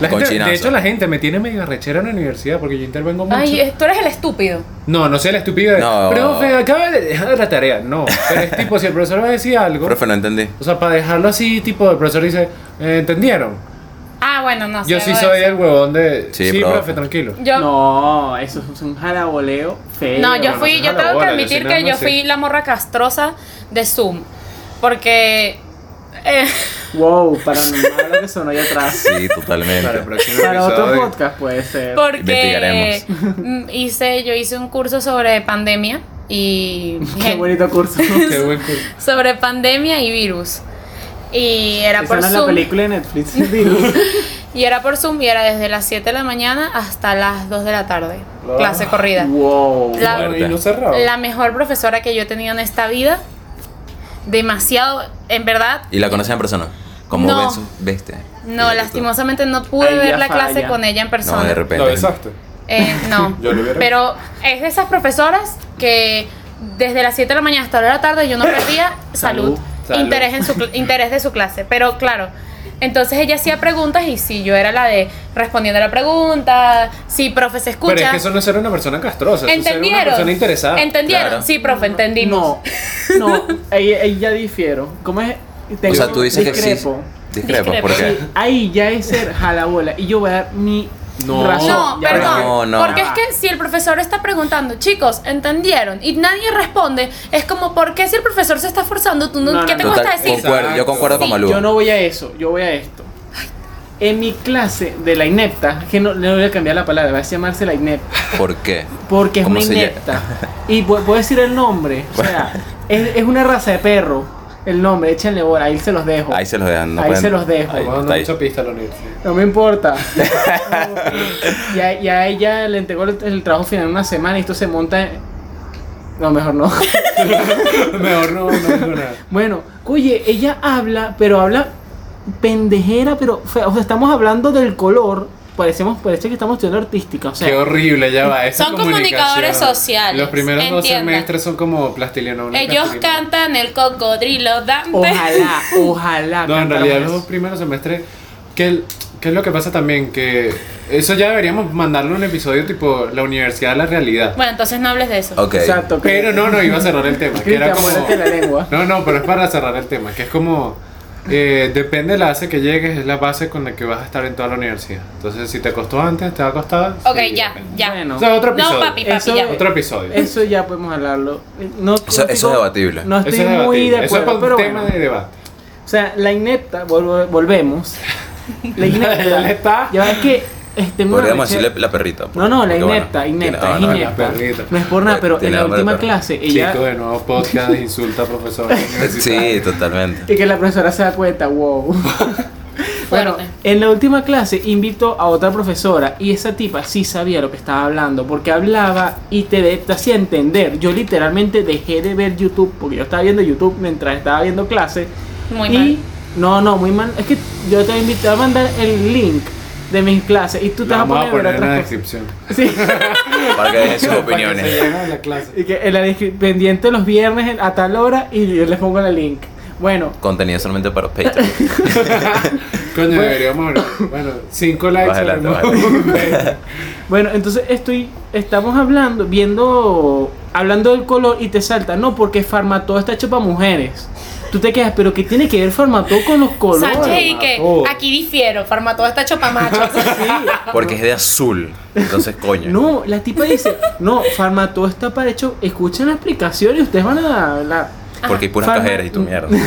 Speaker 1: La gente-
Speaker 2: Cochinazo.
Speaker 1: de hecho, la gente me tiene medio rechera en la universidad porque yo intervengo mucho.
Speaker 4: Ay, eh, tú eres el estúpido.
Speaker 1: No, no sea la estúpida de,
Speaker 2: No.
Speaker 1: profe, acaba de dejar la tarea. No, pero es tipo, si el profesor va a decir algo,
Speaker 2: Profe, no entendí.
Speaker 1: o sea, para dejarlo así, tipo, el profesor dice, "Eh, ¿entendieron?
Speaker 4: Ah, bueno, no sé.
Speaker 1: Yo sí
Speaker 4: algo de
Speaker 1: soy
Speaker 4: eso.
Speaker 1: el huevón de, sí,
Speaker 2: Sí,
Speaker 1: profe.
Speaker 2: profe".
Speaker 1: tranquilo.
Speaker 4: Yo, no,
Speaker 3: No, eso es un jaraboleo feo.
Speaker 4: yo
Speaker 1: no,
Speaker 4: fui,
Speaker 1: eso es
Speaker 4: yo
Speaker 1: a la
Speaker 4: tengo que
Speaker 1: bola, yo sí
Speaker 4: admitir
Speaker 1: nada
Speaker 4: que yo
Speaker 1: más sé.
Speaker 4: fui la morra castrosa de Zoom. Porque. eh,
Speaker 3: Wow, paranormal lo que sonó allá atrás.
Speaker 2: Sí, totalmente.
Speaker 1: Para el próximo
Speaker 3: Para otro
Speaker 1: episodio.
Speaker 3: podcast puede ser.
Speaker 4: porque.
Speaker 2: Investigaremos.
Speaker 4: mm, hice, yo hice un curso sobre pandemia y.
Speaker 3: Qué
Speaker 4: gen-
Speaker 3: bonito curso.
Speaker 1: Qué buen cu-
Speaker 4: sobre pandemia y virus. Y era
Speaker 3: Esa
Speaker 4: por
Speaker 3: no es la
Speaker 4: Zoom.
Speaker 3: película de Netflix. digo.
Speaker 4: Y era por Zoom y era desde las 7 de la mañana hasta las 2 de la tarde.
Speaker 1: Ah.
Speaker 4: Clase corrida.
Speaker 3: wow.
Speaker 4: La-
Speaker 1: Bueno,
Speaker 2: Fuerte.
Speaker 1: y no cerrado.
Speaker 4: La mejor profesora que yo he tenido en esta vida. Demasiado, en verdad,
Speaker 2: ¿Y la conoces en persona? ¿Cómo
Speaker 4: No.
Speaker 2: ven su veste?
Speaker 4: no, lastimosamente no pude
Speaker 3: Ahí ya
Speaker 4: ver la
Speaker 3: falla.
Speaker 4: clase con ella en
Speaker 2: No, de
Speaker 4: persona.
Speaker 1: Lo
Speaker 2: repente.
Speaker 1: besaste.
Speaker 4: Eh, No,
Speaker 1: Yo lo hubiera
Speaker 4: pero es de esas profesoras que desde las 7 de la mañana hasta la hora de la tarde yo no perdía salud,
Speaker 1: Salud.
Speaker 4: Interés, en su, cl- interés de su clase. Pero claro, entonces ella hacía preguntas y si yo era la de respondiendo a la pregunta, si profe se escucha.
Speaker 1: Pero es que eso no es ser una persona castrosa, eso es ser una
Speaker 4: ¿Entendieron?
Speaker 1: persona interesada.
Speaker 4: ¿Entendieron?
Speaker 2: Claro.
Speaker 4: Sí, profe, entendimos.
Speaker 3: No, no, ahí, ahí ya difiero. ¿Cómo es?
Speaker 2: O sea, tú dices que sí.
Speaker 3: Discrepo.
Speaker 2: Discrepo,
Speaker 4: Discrepo.
Speaker 2: ¿por qué?
Speaker 3: Sí, ahí ya es ser jalabola. Y yo voy a dar mi
Speaker 1: No,
Speaker 3: Razón.
Speaker 4: No,
Speaker 3: Ya
Speaker 4: perdón.
Speaker 2: va. No, no.
Speaker 4: Porque es que si el profesor está preguntando, chicos, ¿entendieron? Y nadie responde, es como, ¿por qué si el profesor se está forzando? ¿Tú no,
Speaker 3: No, no,
Speaker 4: ¿Qué te
Speaker 3: no.
Speaker 4: cuesta
Speaker 2: Total,
Speaker 4: decir?
Speaker 2: concuerdo, yo concuerdo con
Speaker 4: Sí,
Speaker 2: Malú.
Speaker 3: Yo no voy a eso, yo voy a esto. En mi clase de la inepta, que no le voy a cambiar la palabra, va a llamarse la inepta,
Speaker 2: ¿Por qué?
Speaker 3: porque es
Speaker 2: ¿Cómo
Speaker 3: una
Speaker 2: se llama?
Speaker 3: inepta. Y pu- puedo decir el nombre, o sea, es, es una raza de perro. El nombre, échenle bola, ahí se los dejo.
Speaker 2: Ahí se los dejan. no
Speaker 3: Ahí
Speaker 2: pueden-
Speaker 3: se los dejo.
Speaker 2: Ahí,
Speaker 1: Bueno,
Speaker 2: está
Speaker 1: no
Speaker 2: ahí.
Speaker 1: mucha pista a la universidad.
Speaker 3: No me importa. y, a, y a ella le entregó el, el trabajo final en una semana y esto se monta. en- No, mejor no.
Speaker 1: Mejor no, no digo nada.
Speaker 3: Bueno, oye, ella habla, pero habla pendejera, pero fea. O sea, estamos hablando del color. Parecemos, parece que estamos estudiando artística. O sea,
Speaker 1: Qué horrible, ya va. esa
Speaker 4: Son comunicadores
Speaker 1: comunicación.
Speaker 4: sociales,
Speaker 1: Los primeros dos
Speaker 4: entiendan.
Speaker 1: semestres son como plastilina. una
Speaker 4: Eh, Ellos
Speaker 1: plastilina.
Speaker 4: cantan el cocodrilo Dante.
Speaker 3: ojalá, ojalá.
Speaker 1: No, en
Speaker 3: cantáramos
Speaker 1: realidad
Speaker 3: eso.
Speaker 1: los primeros semestres. ¿Qué que es lo que pasa también? Que eso ya deberíamos mandarle un episodio tipo la universidad a la realidad.
Speaker 4: Bueno, entonces no hables de eso.
Speaker 2: Ok.
Speaker 3: Exacto. que-
Speaker 1: Pero no, no, iba a cerrar el tema. Que era
Speaker 3: Cristian,
Speaker 1: como...
Speaker 3: muérete la lengua.
Speaker 1: No, no, pero es para cerrar el tema. Que es como. eh, depende de la base que llegues, es la base con la que vas a estar en toda la universidad. Entonces, si te costó antes, te va a costar.
Speaker 4: Ok,
Speaker 1: sí,
Speaker 4: ya,
Speaker 1: depende.
Speaker 4: ya.
Speaker 3: Bueno.
Speaker 1: O sea, otro episodio.
Speaker 4: No, papi, papi,
Speaker 3: Eso-
Speaker 4: ya.
Speaker 1: Otro episodio.
Speaker 3: Eso ya podemos hablarlo. No,
Speaker 2: Eso-
Speaker 3: no
Speaker 2: eso es debatible.
Speaker 3: No estoy
Speaker 1: Eso es
Speaker 3: muy
Speaker 1: debatible.
Speaker 3: de acuerdo.
Speaker 1: Eso es para
Speaker 3: pero
Speaker 1: un tema
Speaker 3: bueno.
Speaker 1: de debate.
Speaker 3: O sea, la inepta, volvo- volvemos. La inepta.
Speaker 1: La inepta.
Speaker 3: Ya ves que. Este, me
Speaker 2: Podríamos
Speaker 3: arreché-
Speaker 2: decirle la perrita. por-
Speaker 3: No, no, la
Speaker 2: porque, bueno,
Speaker 3: inepta,
Speaker 2: tiene-
Speaker 3: inepta,
Speaker 2: ah,
Speaker 3: es
Speaker 2: no, no.
Speaker 3: inepta.
Speaker 1: perrita.
Speaker 3: No es por nada, pero en
Speaker 2: Tiene
Speaker 3: la
Speaker 2: hambre de
Speaker 3: última
Speaker 2: perro.
Speaker 3: clase ella.
Speaker 1: Chico, eh. de nuevo podcast insulta a profesores universitarios.
Speaker 2: Sí, totalmente.
Speaker 3: Y que la profesora se da cuenta, wow. bueno,
Speaker 4: Fuerte.
Speaker 3: en la última clase invitó a otra profesora y esa tipa sí sabía lo que estaba hablando porque hablaba y te, de- te hacía entender. Yo literalmente dejé de ver YouTube porque yo estaba viendo YouTube mientras estaba viendo clase.
Speaker 4: Muy
Speaker 3: y,
Speaker 4: mal.
Speaker 3: No, no, muy mal. Es que yo te invité a mandar el link de mis clases y tú te
Speaker 1: La
Speaker 3: vas a
Speaker 1: vamos
Speaker 3: poner,
Speaker 1: a poner
Speaker 3: a
Speaker 1: en la
Speaker 3: ver otras cosas.
Speaker 1: descripción.
Speaker 3: Sí.
Speaker 2: Para que dejen sus
Speaker 1: Para que se
Speaker 2: opiniones.
Speaker 1: llenen la clase.
Speaker 3: Y que en la descri- pendiente los viernes en- a tal hora y yo les pongo el link. Bueno,
Speaker 2: Contenido solamente para Patreon.
Speaker 1: Coño, deberíamos abrir. Bueno, 5 likes.
Speaker 2: Más adelante, más
Speaker 1: abrimos.
Speaker 3: Bueno, entonces estoy, estamos hablando, viendo, hablando del color y te salta, no, porque Farmatodo está hecho para mujeres. Tú te quedas, pero ¿qué tiene que ver Farmatodo con los
Speaker 4: Sánchez
Speaker 3: colores?
Speaker 4: y que
Speaker 1: Todo.
Speaker 4: aquí difiero, Farmatodo está hecho pa' machos.
Speaker 2: Porque es de azul. Entonces, coño.
Speaker 3: No, la tipa dice, no, Farmatodo está para hecho, escuchen la explicación y ustedes van a la
Speaker 2: Porque hay puras
Speaker 3: Farma-
Speaker 2: cajeras y tu mierda.
Speaker 3: No,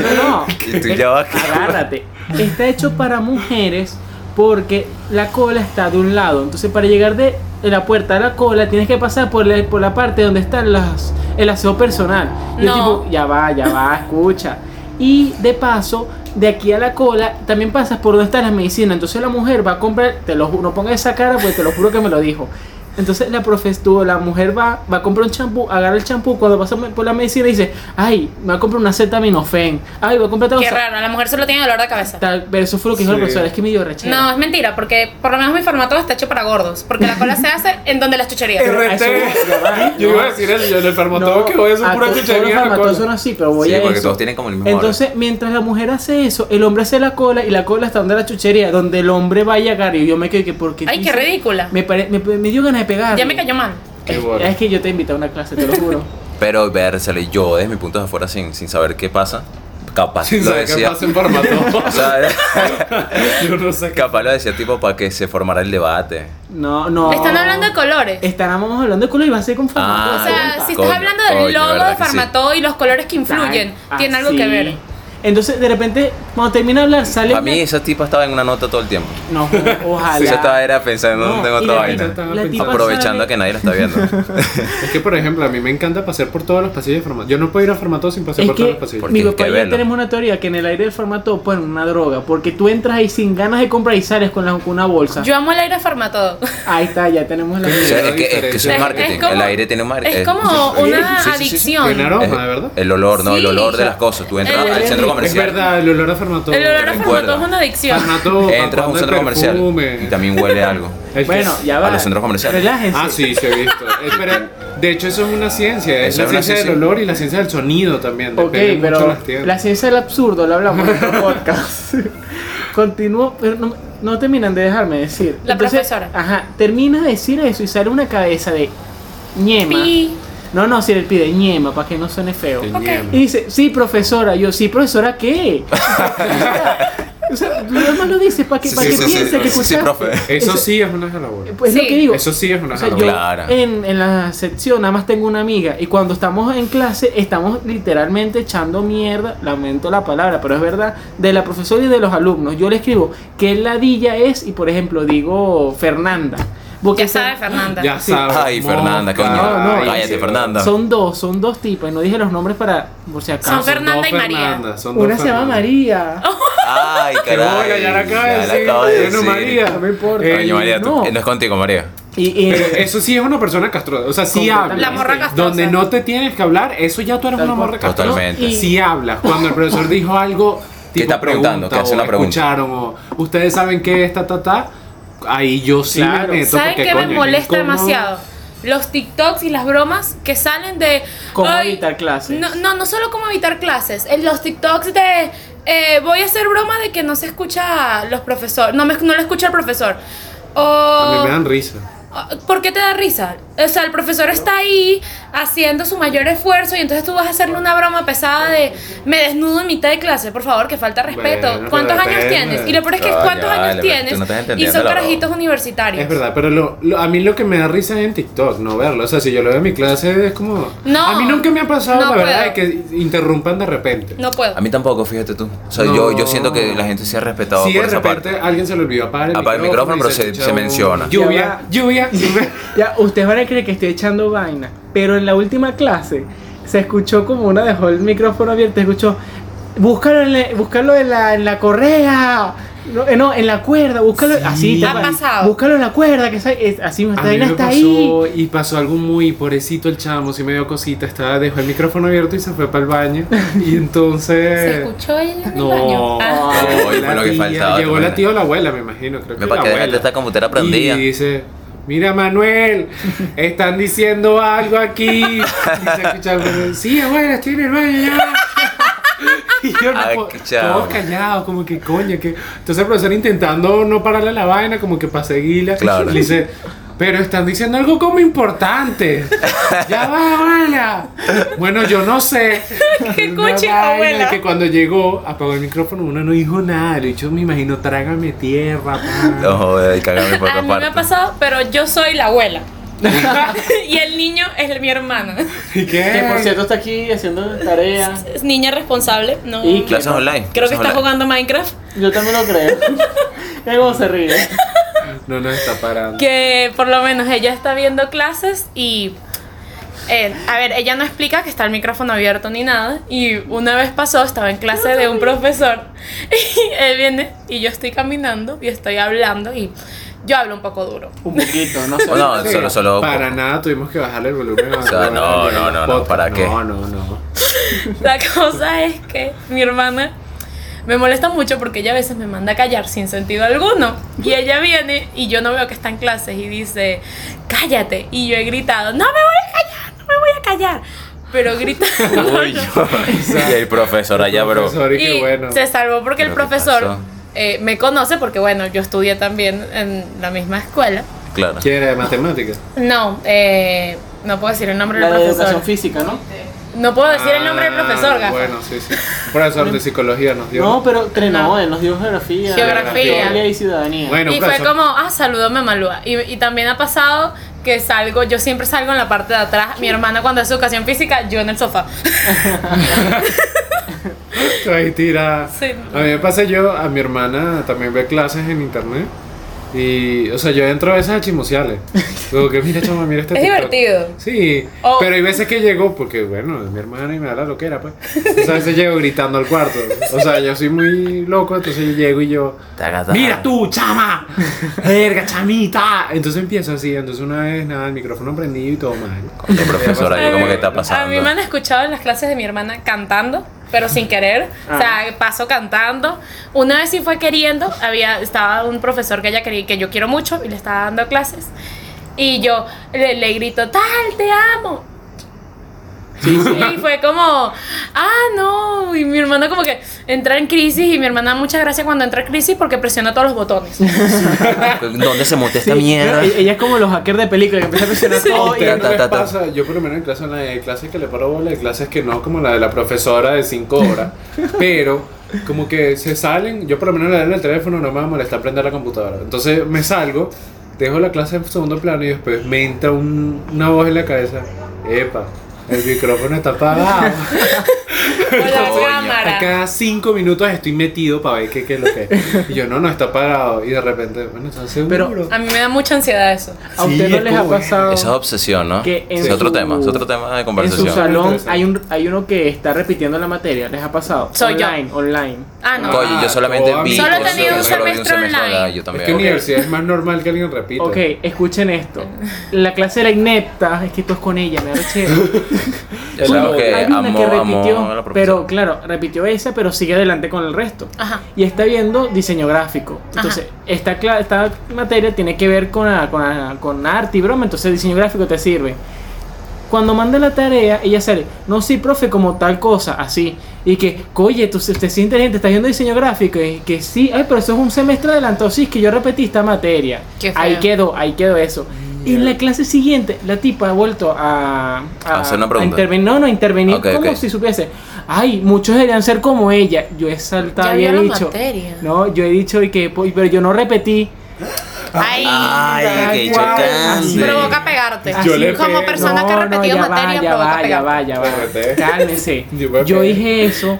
Speaker 3: no, no.
Speaker 2: Y tú ya vas-
Speaker 3: Agárrate. Está hecho para mujeres porque la cola está de un lado. Entonces, para llegar de la puerta a la cola, tienes que pasar por la, por la parte donde está las, el aseo personal. Y
Speaker 4: No.
Speaker 3: el tipo, ya va, ya va, escucha. Y de paso, de aquí a la cola, también pasas por donde están las medicinas. Entonces, la mujer va a comprar, te lo juro, no pongas esa cara porque te lo juro que me lo dijo. Entonces la profes tú, la mujer va, va a comprar un champú, agarra el champú, cuando pasa por la medicina dice, ay, me va a comprar una acetaminofén, ay, voy a comprar tal
Speaker 4: Qué
Speaker 3: cosa".
Speaker 4: raro, la mujer solo tiene dolor de cabeza.
Speaker 3: Tal, pero eso fue lo que dijo
Speaker 1: Sí.
Speaker 3: la profesora, es que me dio rechera.
Speaker 4: No, es mentira, porque por lo menos mi Farmatodo está hecho para gordos, porque la cola se hace en donde las chucherías.
Speaker 1: Pero- RT.
Speaker 3: eso- ya va,
Speaker 1: Yo
Speaker 3: no.
Speaker 1: iba a decir eso, yo en el farmatodo que voy a hacer
Speaker 3: a
Speaker 1: pura
Speaker 3: to-
Speaker 1: chuchería.
Speaker 3: Todos
Speaker 1: en
Speaker 3: los
Speaker 1: la
Speaker 3: farmatodos
Speaker 1: cola.
Speaker 3: son así, pero voy
Speaker 2: Sí,
Speaker 3: a
Speaker 2: porque
Speaker 3: eso.
Speaker 2: todos tienen como el mismo
Speaker 3: Entonces, mientras la mujer hace eso, el hombre hace la cola y la cola está donde la chuchería, donde el hombre va a llegar y yo me quedo que porque
Speaker 4: Ay, qué ridícula.
Speaker 3: me, pare- me, me dio ganas de pegar.
Speaker 4: Ya me cayó mal.
Speaker 1: Qué
Speaker 3: Es,
Speaker 1: bueno.
Speaker 3: es que yo te invito a una clase, te lo juro.
Speaker 2: olor. Pero vérsele yo desde mi punto de afuera sin, sin saber qué pasa. Capaz
Speaker 1: Sin
Speaker 2: lo
Speaker 1: saber qué
Speaker 2: decía.
Speaker 1: pasa en farmatodo.
Speaker 2: O sea,
Speaker 1: Yo no sé qué.
Speaker 2: capaz lo decía tipo para que se formara el debate.
Speaker 3: No, no.
Speaker 4: Están hablando de colores.
Speaker 3: Estábamos hablando de color y va a ser con farmatodo.
Speaker 4: o sea,
Speaker 2: Ah,
Speaker 4: si
Speaker 2: coño,
Speaker 4: estás hablando del
Speaker 2: coño,
Speaker 4: logo
Speaker 2: ¿verdad
Speaker 4: de
Speaker 2: que sí?
Speaker 4: Farmatodo y los colores que influyen,
Speaker 3: Tan-
Speaker 4: tiene algo
Speaker 3: así.
Speaker 4: que ver.
Speaker 3: Ah, Entonces, de repente, cuando termina de hablar, sale.
Speaker 2: Para mí esa tipa estaba en una nota todo el tiempo.
Speaker 3: No, ojalá.
Speaker 2: Esa estaba era pensando
Speaker 3: No,
Speaker 2: en
Speaker 3: y
Speaker 2: otra
Speaker 3: la
Speaker 2: vaina.
Speaker 3: tipa- la tipa
Speaker 2: Aprovechando
Speaker 3: sale-
Speaker 2: que nadie la está viendo.
Speaker 1: Es que, por ejemplo, a mí me encanta pasear por todos los pasillos de farmatodo. Yo no puedo ir a farmatodo sin pasear
Speaker 3: Es
Speaker 1: por todos
Speaker 3: que
Speaker 1: los pasillos.
Speaker 2: Porque
Speaker 3: mi
Speaker 2: hay
Speaker 3: papá
Speaker 2: que
Speaker 3: y yo
Speaker 2: verlo.
Speaker 3: tenemos una teoría que en el aire del farmatodo ponen una droga. Porque tú entras ahí sin ganas de comprar y sales con, la, con una bolsa.
Speaker 4: Yo amo el aire de Farmatodo.
Speaker 3: Ahí está, ya tenemos la.
Speaker 2: O sea, es,
Speaker 1: Pero
Speaker 2: que, es que eso
Speaker 1: diferencia.
Speaker 2: es marketing. el aire tiene un eh, marketing.
Speaker 4: Es como una adicción.
Speaker 1: Tiene aroma, ah, de verdad.
Speaker 2: El olor, no, el
Speaker 4: Sí,
Speaker 2: olor
Speaker 4: o
Speaker 2: de
Speaker 4: sea,
Speaker 2: las cosas. Tú entras
Speaker 4: el-
Speaker 2: al centro
Speaker 1: Es
Speaker 2: comercial.
Speaker 1: verdad, el olor a farmatodo.
Speaker 4: El olor a
Speaker 2: Recuerda.
Speaker 4: Farmatodo es una adicción.
Speaker 1: Farmatodo,
Speaker 2: Entras a un
Speaker 1: Farmatodo,
Speaker 2: centro comercial
Speaker 1: perfume.
Speaker 2: y también huele algo.
Speaker 1: Es que-
Speaker 3: Bueno, ya
Speaker 2: A
Speaker 3: va.
Speaker 2: los centros comerciales.
Speaker 3: Relájense.
Speaker 1: Ah, sí, sí he visto. Eh, pero, de hecho, eso es una ciencia. Es
Speaker 2: Eso
Speaker 1: la
Speaker 2: es una
Speaker 1: ciencia del
Speaker 2: ciencia.
Speaker 1: olor y la ciencia del sonido también.
Speaker 3: Ok,
Speaker 1: Depende mucho de
Speaker 3: pero
Speaker 1: las tiendas.
Speaker 3: la ciencia del absurdo lo hablamos en otro podcast. Continúo, pero no, no terminan de dejarme decir.
Speaker 4: La profesora.
Speaker 3: Ajá, termina de decir eso y sale una cabeza de ñema.
Speaker 4: Pi.
Speaker 3: No, no, si le pide ñema para que no suene feo.
Speaker 1: Te
Speaker 4: ok.
Speaker 1: ñema.
Speaker 3: Y dice, sí, profesora. Yo, sí, profesora, ¿qué? O sea, tú nada más lo dices para que,
Speaker 2: Sí,
Speaker 3: para
Speaker 2: sí,
Speaker 3: que
Speaker 2: sí,
Speaker 3: piense
Speaker 2: sí,
Speaker 3: que
Speaker 2: sí, sí,
Speaker 3: escuchaste.
Speaker 2: profe.
Speaker 1: Eso
Speaker 3: Ese-
Speaker 1: sí es una jalabola.
Speaker 3: Pues es lo
Speaker 4: Sí.
Speaker 3: que digo.
Speaker 1: Eso sí es una
Speaker 3: O sea, yo
Speaker 1: jalabola.
Speaker 2: Claro.
Speaker 3: en, en la sección nada más tengo una amiga y cuando estamos en clase estamos literalmente echando mierda, lamento la palabra, pero es verdad, de la profesora y de los alumnos. Yo le escribo qué ladilla es y por ejemplo digo Fernanda. Porque
Speaker 4: Ya sabe
Speaker 3: son,
Speaker 4: Fernanda.
Speaker 1: Ya
Speaker 3: Sí.
Speaker 1: sabes.
Speaker 2: Ay,
Speaker 1: mosca.
Speaker 2: Fernanda, coño.
Speaker 3: No, no.
Speaker 2: Cállate, Fernanda.
Speaker 3: son dos, son dos tipos y no dije los nombres para por si acaso.
Speaker 4: Son Fernanda y María.
Speaker 1: son dos
Speaker 3: Una se llama
Speaker 1: Fernanda.
Speaker 3: María.
Speaker 4: Oh.
Speaker 2: Ay,
Speaker 1: Que
Speaker 2: caray.
Speaker 1: bola, ya la acaba de
Speaker 2: la
Speaker 1: decir.
Speaker 2: acabo de
Speaker 1: Bueno,
Speaker 2: decir.
Speaker 1: María, no me importa.
Speaker 2: Coño,
Speaker 1: Eh,
Speaker 2: María, tú-
Speaker 3: no.
Speaker 2: eh, no es contigo, María.
Speaker 3: Y, y-
Speaker 1: Pero eso sí es una persona castrosa. O sea, sí habla.
Speaker 3: Completamente. La
Speaker 4: morra castrosa.
Speaker 1: Donde no te tienes que hablar, eso ya tú eres
Speaker 3: Tal
Speaker 1: una
Speaker 3: cual.
Speaker 1: morra castrosa.
Speaker 2: Totalmente.
Speaker 3: Y-
Speaker 1: Si hablas. Cuando el profesor dijo algo,
Speaker 2: ¿Qué
Speaker 1: tipo
Speaker 2: está preguntando?
Speaker 1: pregunta,
Speaker 2: ¿Qué hace
Speaker 1: o
Speaker 2: una pregunta?
Speaker 1: Escucharon o ustedes saben qué es ta ta ta. Ahí yo sí
Speaker 3: Claro.
Speaker 1: me meto
Speaker 4: ¿Saben
Speaker 1: porque,
Speaker 4: qué me
Speaker 1: coño,
Speaker 4: molesta
Speaker 1: ¿cómo?
Speaker 4: demasiado? Los TikToks y las bromas que salen de.
Speaker 3: ¿Cómo
Speaker 4: "Ay,
Speaker 3: evitar clases?"
Speaker 4: No, no, no solo cómo evitar clases. En los TikToks de. eh, voy a hacer broma de que no se escucha a los profesores. No, me, no lo escucha el profesor.
Speaker 1: A mí
Speaker 4: O.
Speaker 1: me dan risa.
Speaker 4: Ah, ¿Por qué te da risa? O sea, el profesor está ahí haciendo su mayor esfuerzo y entonces tú vas a hacerle una broma pesada de me desnudo en mitad de clase, por favor, que falta respeto.
Speaker 1: Bueno,
Speaker 4: ¿Cuántos
Speaker 1: pero
Speaker 4: años
Speaker 1: depende.
Speaker 4: tienes? Y lo peor es que es
Speaker 2: Coño,
Speaker 4: cuántos
Speaker 2: vale,
Speaker 4: años
Speaker 2: pero tú
Speaker 4: tienes
Speaker 2: no estás
Speaker 4: y
Speaker 2: entendiendo
Speaker 4: son
Speaker 2: la
Speaker 4: carajitos
Speaker 2: broma.
Speaker 4: universitarios.
Speaker 1: Es verdad, pero lo, lo- a mí lo que me da risa es en TikTok, no verlo. O sea, si yo lo veo en mi clase es como...
Speaker 4: No.
Speaker 1: a mí nunca me ha pasado
Speaker 4: No
Speaker 1: la verdad
Speaker 4: puedo.
Speaker 1: de que interrumpan de repente.
Speaker 4: No puedo.
Speaker 2: A mí tampoco, fíjate tú. O sea,
Speaker 1: No.
Speaker 2: yo, yo siento que la gente se ha respetado
Speaker 1: Si
Speaker 2: por
Speaker 1: de
Speaker 2: esa
Speaker 1: repente
Speaker 2: parte.
Speaker 1: alguien se le olvidó apagar el
Speaker 2: Apagar el
Speaker 1: micrófono,
Speaker 2: micrófono,
Speaker 1: y
Speaker 2: pero se-
Speaker 1: escucha
Speaker 2: se
Speaker 1: un
Speaker 2: menciona.
Speaker 1: Lluvia, lluvia, lluvia.
Speaker 3: Ya, ustedes van a creer que estoy echando vaina, pero en la última clase se escuchó como una dejó el micrófono abierto, escuchó, búscalo en la, búscalo en la, en la correa, no, eh, no, en la cuerda, búscalo,
Speaker 1: Sí.
Speaker 3: así
Speaker 1: Ha
Speaker 4: pasado.
Speaker 3: búscalo en la cuerda, que esa- es- así, esta
Speaker 1: A mí
Speaker 3: vaina
Speaker 1: me
Speaker 3: está ahí.
Speaker 1: pasó y pasó algo muy pobrecito el chamo, sí me dio cosita, estaba, dejó el micrófono abierto y se fue para el baño. Y entonces...
Speaker 4: ¿Se escuchó él en el
Speaker 1: No,
Speaker 4: baño? Ah.
Speaker 2: Ay, fue
Speaker 1: La
Speaker 2: lo que
Speaker 1: tía,
Speaker 2: faltaba,
Speaker 1: Llegó
Speaker 2: también.
Speaker 1: la tía o la abuela, me imagino, creo que
Speaker 2: Me para
Speaker 1: la
Speaker 2: que dejaste
Speaker 1: abuela.
Speaker 2: esta computadora prendida.
Speaker 1: Y dice, mira Manuel, están diciendo algo aquí. Y se escucha, el- sí, abuela, estoy en el baño ya. Y yo no
Speaker 2: Ay,
Speaker 1: puedo-
Speaker 2: qué chavo.
Speaker 1: todos callados, como que coño, que... Entonces el profesor intentando no pararle la vaina, como que para seguirla.
Speaker 2: Claro.
Speaker 1: Le dice, pero están diciendo algo como importante. ya va, abuela. Bueno, yo no sé.
Speaker 4: Qué
Speaker 1: Una
Speaker 4: coche,
Speaker 1: vaina
Speaker 4: abuela.
Speaker 1: Que cuando llegó, apagó el micrófono, uno no dijo nada. Le dicho, me imagino, trágame tierra. pa".
Speaker 2: No joder, y cagarme por
Speaker 4: A
Speaker 2: otra
Speaker 4: mí me ha
Speaker 2: parte.
Speaker 4: pasado, pero yo soy la abuela. y el niño es mi hermana.
Speaker 1: ¿Y qué?
Speaker 3: Que por cierto está aquí haciendo tareas.
Speaker 4: Es niña responsable. No.
Speaker 3: Y
Speaker 2: Clases online.
Speaker 4: Creo
Speaker 2: clases
Speaker 4: que está
Speaker 2: online.
Speaker 4: jugando Minecraft.
Speaker 3: Yo también lo creo. Mira cómo se ríe.
Speaker 1: No nos está parando.
Speaker 4: que por lo menos ella está viendo clases y eh, a ver, ella no explica que está el micrófono abierto ni nada. Y una vez pasó, estaba en clase de un profesor. Y él viene y yo estoy caminando y estoy hablando y yo hablo un poco duro.
Speaker 3: Un poquito, no sé.
Speaker 2: Oh, no,
Speaker 1: Sí,
Speaker 2: solo, solo.
Speaker 1: Para nada tuvimos que bajarle el volumen.
Speaker 2: sea,
Speaker 1: al-
Speaker 2: no,
Speaker 1: al-
Speaker 2: no,
Speaker 1: al
Speaker 2: no, no,
Speaker 1: podcast.
Speaker 2: ¿para qué?
Speaker 1: No, no, no.
Speaker 4: La cosa es que mi hermana me molesta mucho porque ella a veces me manda a callar sin sentido alguno. Y ella viene y yo no veo que está en clases y dice, cállate. Y yo he gritado, no me voy a callar, no me voy a callar. Pero gritando.
Speaker 2: Uy, yo- y el profesor allá, bro.
Speaker 1: Profesor, y qué
Speaker 4: Y
Speaker 1: bueno.
Speaker 4: se salvó porque el
Speaker 2: Pero ¿qué
Speaker 4: profesor
Speaker 2: pasó?
Speaker 4: eh, me conoce, porque bueno, yo estudié también en la misma escuela.
Speaker 2: Claro.
Speaker 1: ¿Quién era de matemáticas?
Speaker 4: No, eh, no puedo decir el nombre
Speaker 3: La
Speaker 4: del
Speaker 3: de educación
Speaker 4: profesor.
Speaker 3: física, ¿no?
Speaker 4: No puedo decir el nombre del
Speaker 1: Ah,
Speaker 4: profesor, gafa.
Speaker 1: Bueno, sí, sí. Profesor de psicología nos dio.
Speaker 3: No, pero tre- no,
Speaker 4: No.
Speaker 3: él nos dio geografía,
Speaker 4: Geografía.
Speaker 3: historia y ciudadanía.
Speaker 1: Bueno,
Speaker 4: y fue
Speaker 1: profesor.
Speaker 4: como, ah, saludó a Malúa. Y, y también ha pasado que salgo, yo siempre salgo en la parte de atrás. Mi hermana cuando hace educación física, yo en el sofá.
Speaker 1: Ay, tira.
Speaker 4: Sí.
Speaker 1: A mí me pasa yo, a mi hermana también ve clases en internet. Y, o sea, yo entro a veces a chismosearle. Digo que, mira, chama, mira este
Speaker 4: Es
Speaker 1: TikTok".
Speaker 4: divertido.
Speaker 1: Sí,
Speaker 4: O-
Speaker 1: pero hay veces que llego, porque bueno, es mi hermana y me da la loquera, pues. O sea, a veces llego gritando al cuarto. O sea, yo soy muy loco, entonces yo llego y yo.
Speaker 2: Taca, taca.
Speaker 1: ¡Mira tú, chama! ¡Verga, chamita! Entonces empiezo así, entonces una vez, nada, el micrófono prendido y todo mal.
Speaker 2: Coño, profesora,
Speaker 4: A
Speaker 2: yo como
Speaker 4: mí-
Speaker 2: que está pasando.
Speaker 4: Eh, A mí me han escuchado en las clases de mi hermana cantando, pero sin querer. O sea, paso cantando. Una vez sí fue queriendo, había, estaba un profesor que ella quería, que yo quiero mucho y le estaba dando clases. Y yo le, le grito, tal, te amo. Sí, sí, fue como, ah, no. Y mi hermana como que entra en crisis y mi hermana muchas gracias cuando entra en crisis porque presiona todos los botones.
Speaker 2: Pues, ¿Dónde se monta esta
Speaker 5: Sí,
Speaker 2: mierda?
Speaker 3: E,
Speaker 5: Ella, ella es como los hackers de película que empieza a presionar todo y
Speaker 1: Ustedes
Speaker 2: ta,
Speaker 1: no
Speaker 2: ta,
Speaker 1: les
Speaker 2: ta.
Speaker 1: pasa, yo por lo menos en clase, en la de clases que le paro bola, de clases que no, como la de la profesora de 5 horas, pero como que se salen, yo por lo menos le doy el teléfono, no me va a molestar prender la computadora. Entonces me salgo, dejo la clase en segundo plano y después me entra un- una voz en la cabeza, epa, el micrófono está apagado.
Speaker 4: O la
Speaker 2: Coño,
Speaker 4: cámara.
Speaker 1: A cada cinco minutos estoy metido para ver qué, qué es lo que es. Y yo, no, no, está apagado. Y de repente, bueno, está seguro.
Speaker 5: Pero-
Speaker 4: A mí me da mucha ansiedad eso.
Speaker 5: a
Speaker 1: Sí,
Speaker 5: usted no
Speaker 1: es
Speaker 5: les ha
Speaker 1: como-
Speaker 5: pasado.
Speaker 2: Esa es obsesión, ¿no?
Speaker 5: Que en
Speaker 2: es otro
Speaker 5: su-
Speaker 2: tema, es otro tema de
Speaker 5: En su
Speaker 2: conversación.
Speaker 5: salón
Speaker 1: Interesante.
Speaker 5: hay, un, hay uno que está repitiendo la mateía, les ha pasado.
Speaker 4: Soy yo.
Speaker 5: online, online.
Speaker 4: Ah, no.
Speaker 2: Coño, yo solamente
Speaker 1: Ah,
Speaker 2: vi.
Speaker 1: Solo
Speaker 2: por
Speaker 1: he tenido un
Speaker 2: solo vi
Speaker 4: semestre online.
Speaker 2: online, Yo
Speaker 1: Es
Speaker 2: también.
Speaker 1: que en
Speaker 2: ok.
Speaker 1: universidad es más normal que alguien repita.
Speaker 5: Ok, escuchen esto. La clase de la inepta, es que esto es con ella, me da chévere.
Speaker 2: Ya sabemos que
Speaker 5: Hay una
Speaker 2: Eh, amó,
Speaker 5: que
Speaker 2: amó a
Speaker 5: repitió,
Speaker 2: la profesora.
Speaker 5: pero claro, repitió esa, pero sigue adelante con el resto.
Speaker 4: Ajá.
Speaker 5: Y está viendo diseño gráfico. Entonces, esta, cla- esta materia tiene que ver con, la- con, la- con arte y broma, entonces diseño gráfico te sirve. Cuando manda la tarea, ella sale, no, sí, profe, como tal cosa, así. Y que, oye, tú usted es inteligente, estás viendo diseño gráfico. Y que sí, ay, pero eso es un semestre adelantado, sí, es que yo repetí esta materia.
Speaker 4: Qué feo.
Speaker 5: Ahí quedó, ahí quedó eso. Y en la clase siguiente, la tipa ha vuelto a,
Speaker 2: A hacer una pregunta.
Speaker 5: intervenir. No, no, intervenir
Speaker 2: Ok,
Speaker 5: como
Speaker 2: ok.
Speaker 5: si supiese. Ay, muchos deberían ser como ella. Yo he saltado
Speaker 4: Ya
Speaker 5: y he
Speaker 4: vio la
Speaker 5: dicho.
Speaker 4: materia.
Speaker 5: No, yo he dicho y que, po- pero yo no repetí.
Speaker 4: Ay,
Speaker 2: Ay, qué
Speaker 5: Ay, así.
Speaker 2: chocante.
Speaker 4: provoca pegarte.
Speaker 1: Yo le
Speaker 4: Como
Speaker 1: pego.
Speaker 4: persona que ha
Speaker 5: No, no,
Speaker 4: repetido
Speaker 5: ya va,
Speaker 4: materia,
Speaker 5: ya
Speaker 4: provoca
Speaker 5: va, ya
Speaker 4: pegarte.
Speaker 5: va, ya va.
Speaker 1: Espérate.
Speaker 5: Cálmese.
Speaker 1: Yo voy a
Speaker 5: Yo
Speaker 1: pegar.
Speaker 5: dije eso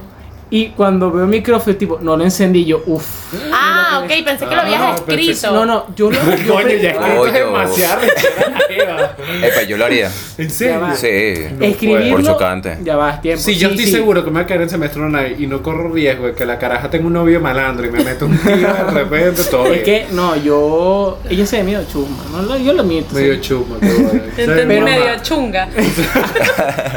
Speaker 5: y cuando veo el micrófono, tipo, no lo encendí yo. Uf.
Speaker 4: Ah, ok, pensé que lo habías
Speaker 1: Ah, perfecto.
Speaker 4: escrito.
Speaker 5: No, no, yo lo. yo
Speaker 1: Coño,
Speaker 5: pre- Ah,
Speaker 1: ya escrito es
Speaker 2: Coño.
Speaker 1: demasiado.
Speaker 2: Epa, Eh, pues, yo lo haría.
Speaker 1: ¿En
Speaker 5: Ya
Speaker 1: serio?
Speaker 5: va.
Speaker 2: Sí.
Speaker 1: No
Speaker 5: Escribirlo.
Speaker 2: puedo. Por chocante.
Speaker 5: Ya va, tiempo.
Speaker 1: Si yo estoy seguro que me voy a caer en semestre online y no corro riesgo de que la caraja tenga un novio malandro y me meta un tiro de repente, todo
Speaker 5: Es
Speaker 1: bien.
Speaker 5: que, no, yo. Ella se ve medio chusma. No, lo- yo lo miento.
Speaker 1: Medio
Speaker 5: sí.
Speaker 1: chumo, qué bueno.
Speaker 4: Entendí
Speaker 1: Mamá.
Speaker 4: medio chunga.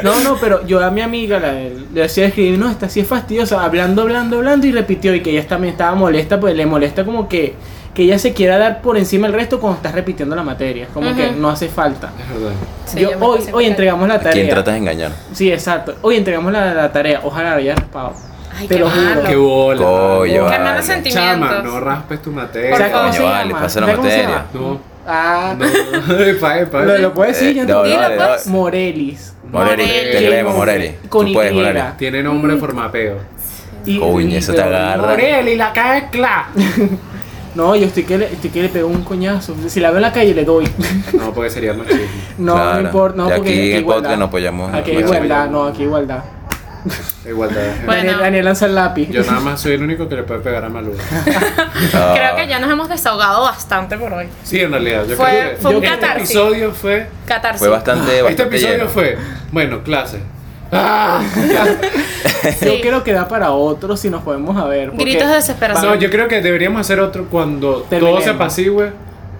Speaker 5: No, no, pero yo a mi amiga la- le hacía escribir, no, esta sí es fastidiosa, hablando, hablando, hablando, y repitió, y que ella también estaba molesta, pues le molesta como que, que ella se quiera dar por encima el resto cuando estás repitiendo la materia, como
Speaker 4: Ujú.
Speaker 5: que no hace falta.
Speaker 1: Es verdad.
Speaker 4: Sí,
Speaker 5: yo,
Speaker 4: ya me
Speaker 5: hoy,
Speaker 4: pasé por
Speaker 5: hoy
Speaker 4: ahí.
Speaker 5: entregamos la
Speaker 2: ¿A quién tratas
Speaker 5: tarea.
Speaker 2: de engañar?
Speaker 5: Sí, exacto. Hoy entregamos la, la tarea, ojalá lo haya raspado.
Speaker 4: Ay,
Speaker 5: Te
Speaker 4: qué
Speaker 5: lo juro.
Speaker 4: malo.
Speaker 1: Qué bola.
Speaker 2: Coño,
Speaker 4: Qué malo
Speaker 2: vale.
Speaker 4: sentimientos.
Speaker 1: Chama, no raspes tu
Speaker 4: Por
Speaker 1: materia.
Speaker 5: ¿Sabes cómo
Speaker 4: favor.
Speaker 5: se
Speaker 2: Coño, vale,
Speaker 5: llama?
Speaker 2: pasa la
Speaker 5: ¿Sabes cómo se
Speaker 2: materia.
Speaker 5: llama?
Speaker 1: No,
Speaker 5: Ah,
Speaker 1: no, epa, epa.
Speaker 5: ¿Lo, lo puedo decir
Speaker 2: Eh,
Speaker 5: yo?
Speaker 2: no,
Speaker 5: entonces?
Speaker 4: Dilo,
Speaker 2: dale,
Speaker 4: pues.
Speaker 2: dale.
Speaker 5: Morelis.
Speaker 2: Moreri, te
Speaker 4: Moreri.
Speaker 2: creemos, Moreri.
Speaker 5: Con
Speaker 2: Tú puedes,
Speaker 5: Y.
Speaker 2: Moreri.
Speaker 1: Tiene nombre de formapeo.
Speaker 5: Y-
Speaker 2: Coño, eso te
Speaker 5: pero-
Speaker 2: agarra.
Speaker 1: Morel y la mezcla.
Speaker 5: No, yo estoy que, le, estoy que le pego un coñazo. Si la veo en la calle, le doy.
Speaker 1: No, porque sería machismo.
Speaker 5: No,
Speaker 2: Claro.
Speaker 5: no importa, no,
Speaker 2: Y
Speaker 5: porque
Speaker 2: aquí
Speaker 5: aquí
Speaker 2: en el
Speaker 5: igualdad.
Speaker 2: podcast no apoyamos
Speaker 5: Aquí
Speaker 1: el
Speaker 5: hay igualdad,
Speaker 1: machismo.
Speaker 5: no, aquí hay igualdad.
Speaker 1: Igualdad.
Speaker 4: Bueno.
Speaker 5: Daniel, Daniel lanza el lápiz.
Speaker 1: Yo nada más soy el único que le puede pegar a Malú.
Speaker 2: Ah,
Speaker 4: Creo que ya nos hemos desahogado bastante por hoy.
Speaker 1: Sí, en realidad. Yo
Speaker 4: Fue-
Speaker 1: creo que
Speaker 4: fue
Speaker 5: un
Speaker 1: este
Speaker 4: catarsis.
Speaker 1: episodio fue.
Speaker 4: Catarsis.
Speaker 2: Fue bastante,
Speaker 1: este
Speaker 2: bastante
Speaker 1: episodio
Speaker 2: lleno.
Speaker 1: fue. Bueno, clase. ¡Ah!
Speaker 5: Yo
Speaker 4: Sí.
Speaker 5: creo que da para otro si nos podemos a ver. porque-
Speaker 4: Gritos de desesperación.
Speaker 1: no, yo creo que deberíamos hacer otro cuando todo
Speaker 5: Terminemos.
Speaker 1: se apacigüe.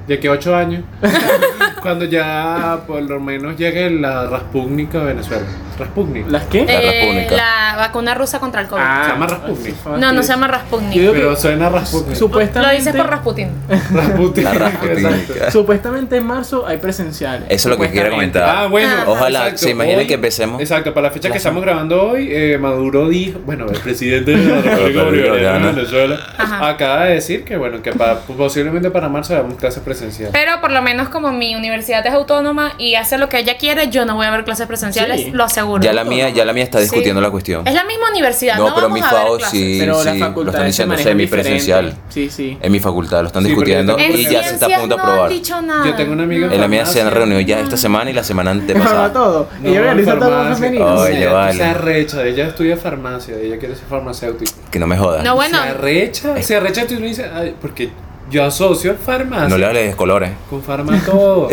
Speaker 1: De que ocho años. cuando ya por lo menos llegue la Raspúnica a Venezuela. Raspúnica.
Speaker 5: ¿Las qué?
Speaker 2: Eh,
Speaker 4: Eh,
Speaker 2: República.
Speaker 4: la vacuna rusa contra el COVID.
Speaker 1: se llama Rasputin.
Speaker 5: Ah, sí,
Speaker 4: no, no se llama Rasputin.
Speaker 5: Yo digo que
Speaker 1: Pero suena Raspúnica.
Speaker 5: supuestamente,
Speaker 4: Lo dices por Rasputin.
Speaker 1: Rasputin.
Speaker 2: La Rasputin.
Speaker 1: Exacto.
Speaker 5: supuestamente en marzo hay presenciales.
Speaker 2: Eso es lo que quiero
Speaker 5: supuestamente.
Speaker 2: comentar.
Speaker 1: Ah, bueno.
Speaker 2: Ojalá, se imaginen
Speaker 1: hoy-
Speaker 2: que empecemos.
Speaker 1: Exacto, para la fecha que estamos grabando hoy, eh, Maduro dijo, bueno, el presidente de la República Bolivariana de Venezuela
Speaker 4: Ajá.
Speaker 1: acaba de decir que, bueno, que para, posiblemente para marzo hagamos clases presenciales.
Speaker 4: Pero por lo menos como mi universidad es autónoma y hace lo que ella quiere, yo no voy a ver clases presenciales,
Speaker 5: Sí.
Speaker 4: lo aseguro.
Speaker 2: Ya la mía, ya la mía está
Speaker 4: Sí.
Speaker 2: discutiendo la cuestión.
Speaker 4: Es la misma universidad, no,
Speaker 2: No, pero
Speaker 4: vamos
Speaker 2: mi
Speaker 4: a ver
Speaker 2: FAO
Speaker 4: clases.
Speaker 2: sí,
Speaker 5: Pero
Speaker 2: sí,
Speaker 5: las
Speaker 2: lo
Speaker 5: facultades
Speaker 2: están diciendo
Speaker 5: se manejan
Speaker 2: semipresencial. Eh,
Speaker 5: diferente. Sí, sí.
Speaker 2: En mi facultad lo están
Speaker 1: Sí, porque
Speaker 2: discutiendo
Speaker 1: yo
Speaker 4: En
Speaker 1: tengo-
Speaker 2: y ya se está a punto de
Speaker 4: ciencias no han
Speaker 2: aprobar.
Speaker 4: dicho nada.
Speaker 1: Yo tengo una amiga-
Speaker 2: En la mía se han
Speaker 1: Farmacia.
Speaker 2: reunido ya esta semana y la semana
Speaker 5: Para
Speaker 2: antepasada.
Speaker 5: todo.
Speaker 4: Eh,
Speaker 1: No,
Speaker 5: Ella organiza todo lo
Speaker 1: farmacia.
Speaker 5: femenino.
Speaker 2: Oye,
Speaker 1: Ella
Speaker 2: vale.
Speaker 1: Se arrecha, ella estudia farmacia, ella quiere ser farmacéutica.
Speaker 2: Que no me jodas.
Speaker 4: No, bueno,
Speaker 1: Se arrecha, se arrecha, tú y uno dice, "Ay, porque yo asocio farmacia
Speaker 2: No le hables de colores.
Speaker 1: con farma todo.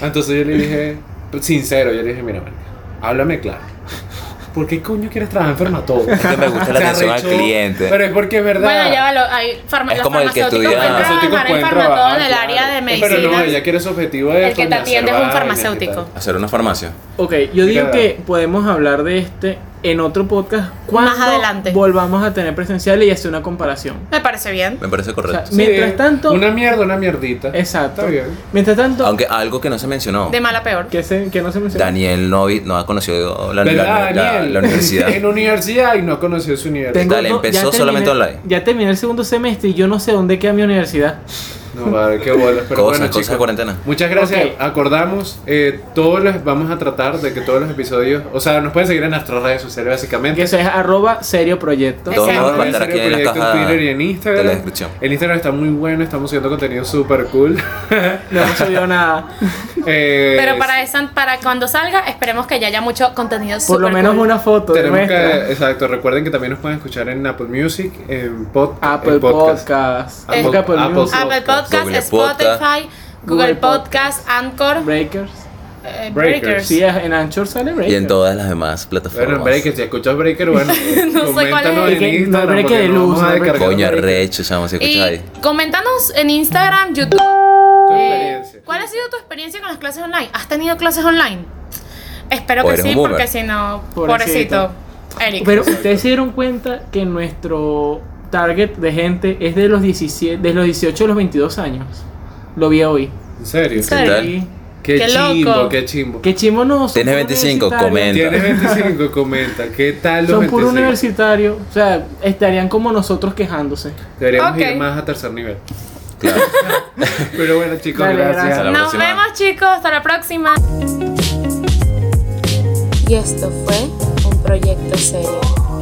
Speaker 1: Entonces yo le dije, sincero, yo le dije, mira, marica, háblame claro. ¿Por qué coño quieres trabajar en farmatodo?
Speaker 2: que me gusta la
Speaker 1: Se
Speaker 2: atención al
Speaker 1: arrechó,
Speaker 2: cliente.
Speaker 1: Pero es porque es verdad. Ah,
Speaker 4: bueno, ya va, lo- hay farma,
Speaker 2: Es
Speaker 4: los
Speaker 2: como el que
Speaker 4: farmacéuticos
Speaker 2: estudia-
Speaker 4: pueden
Speaker 2: Los
Speaker 1: farmacéuticos
Speaker 4: trabajar en
Speaker 1: pueden
Speaker 4: farmatodo
Speaker 1: trabajar,
Speaker 4: en el
Speaker 1: claro.
Speaker 4: área de medicina.
Speaker 1: Pero no, ella quiere su objetivo de
Speaker 4: El que te
Speaker 1: coño,
Speaker 4: atiende es
Speaker 1: hacer
Speaker 4: un
Speaker 1: vainas y
Speaker 4: farmacéutico.
Speaker 1: tal.
Speaker 2: Hacer una farmacia.
Speaker 5: Ok, yo digo
Speaker 1: Mira.
Speaker 5: que podemos hablar de este en otro podcast cuando
Speaker 4: adelante.
Speaker 5: volvamos a tener presenciales y hacer una comparación.
Speaker 4: Me parece bien.
Speaker 2: Me parece
Speaker 5: O sea,
Speaker 2: correcto.
Speaker 5: mientras
Speaker 1: Sí,
Speaker 5: tanto,
Speaker 1: Una mierda, una mierdita.
Speaker 5: exacto.
Speaker 1: Está bien.
Speaker 5: Mientras tanto,
Speaker 2: Aunque algo que no se mencionó.
Speaker 4: De mala a peor.
Speaker 5: que, se- que no se menciona.
Speaker 2: Daniel no, vi- no ha conocido la, la-
Speaker 1: ¿Verdad,
Speaker 2: la-
Speaker 1: Daniel?
Speaker 2: la universidad.
Speaker 1: en universidad y no conoció su universidad.
Speaker 5: Tengo
Speaker 2: Dale,
Speaker 5: dos-
Speaker 2: empezó
Speaker 5: Pues ya
Speaker 2: solamente
Speaker 5: terminé-
Speaker 2: online.
Speaker 5: Ya terminé el segundo semestre y yo no sé dónde queda mi universidad.
Speaker 1: No, vale, qué bolas. Pero
Speaker 2: Cosas,
Speaker 1: bueno,
Speaker 2: cosas
Speaker 1: chicos,
Speaker 2: de cuarentena.
Speaker 1: Muchas gracias.
Speaker 5: Ok.
Speaker 1: Acordamos, eh, todos los vamos a tratar de que todos los episodios, o sea, nos pueden seguir en nuestras redes sociales básicamente.
Speaker 5: Que eso es arroba serio proyecto.
Speaker 2: Todos
Speaker 4: Exacto.
Speaker 2: modos va a
Speaker 1: En
Speaker 2: estar aquí
Speaker 1: serio,
Speaker 2: en la
Speaker 1: proyecto
Speaker 2: caja
Speaker 1: en Twitter y en Instagram.
Speaker 2: de la descripción.
Speaker 1: El Instagram está muy bueno, estamos subiendo contenido súper cool.
Speaker 5: No hemos subido nada.
Speaker 1: Eh,
Speaker 4: Pero para esa, para cuando salga, esperemos que ya haya mucho contenido
Speaker 5: Por lo
Speaker 4: supercool.
Speaker 5: menos una foto. de
Speaker 1: Tenemos
Speaker 5: nuestra.
Speaker 1: que, eh, exacto, recuerden que también nos pueden escuchar en Apple Music, en pod,
Speaker 5: Apple
Speaker 1: en
Speaker 5: Podcast.
Speaker 1: Apple-
Speaker 5: Apple, Apple
Speaker 1: Apple-
Speaker 5: Music,
Speaker 4: Apple Podcast,
Speaker 2: Google
Speaker 4: Spotify, Google
Speaker 5: Google
Speaker 4: Podcast, Anchor,
Speaker 5: Breakers.
Speaker 4: eh,
Speaker 1: Breakers.
Speaker 4: Breakers.
Speaker 5: Sí, en Anchor sale Breakers.
Speaker 2: Y en todas las demás
Speaker 1: Bueno,
Speaker 2: plataformas.
Speaker 1: Breaker, si escuchas Breaker, bueno,
Speaker 4: No sé cuál es.
Speaker 1: coméntanos
Speaker 4: Y
Speaker 1: en
Speaker 5: que no es
Speaker 1: Instagram.
Speaker 5: Breaker
Speaker 1: porque
Speaker 5: de
Speaker 1: no
Speaker 5: luz,
Speaker 1: vamos a
Speaker 5: no es Breaker.
Speaker 1: descargar
Speaker 2: Coño,
Speaker 1: Breaker.
Speaker 2: recho, chamo, si escuchas
Speaker 4: Y
Speaker 2: ahí.
Speaker 4: coméntanos en Instagram, YouTube.
Speaker 1: Tu
Speaker 4: eh,
Speaker 1: experiencia.
Speaker 4: ¿Cuál ha sido tu experiencia con las clases online? ¿Has tenido clases online? Espero
Speaker 2: O
Speaker 4: que
Speaker 2: Pues eres
Speaker 4: sí,
Speaker 2: un boomer.
Speaker 4: porque si no,
Speaker 5: Pobrecito.
Speaker 4: pobrecito. Eric.
Speaker 5: Pero ustedes se dieron cuenta que nuestro target de gente es de los 17, de los 18 a los 22 años. Lo vi hoy.
Speaker 1: ¿En serio?
Speaker 4: Sí.
Speaker 2: tal?
Speaker 5: Sí.
Speaker 1: Qué,
Speaker 4: Qué loco.
Speaker 1: chimbo, qué chimbo.
Speaker 5: Qué chimo no. son
Speaker 2: Tienes
Speaker 5: puros
Speaker 2: 25,
Speaker 5: universitarios.
Speaker 2: comenta.
Speaker 1: Tienes 25, comenta. ¿Qué tal los
Speaker 5: Son puro
Speaker 1: 25?
Speaker 5: universitario. O sea, estarían como nosotros quejándose.
Speaker 1: Deberíamos
Speaker 4: Ok.
Speaker 1: ir más a tercer nivel.
Speaker 2: Claro.
Speaker 1: Pero bueno, chicos,
Speaker 5: Dale,
Speaker 1: gracias.
Speaker 2: gracias. Hasta la
Speaker 4: Nos
Speaker 2: próxima.
Speaker 4: vemos, chicos. Hasta la próxima.
Speaker 6: Y esto fue un proyecto serio.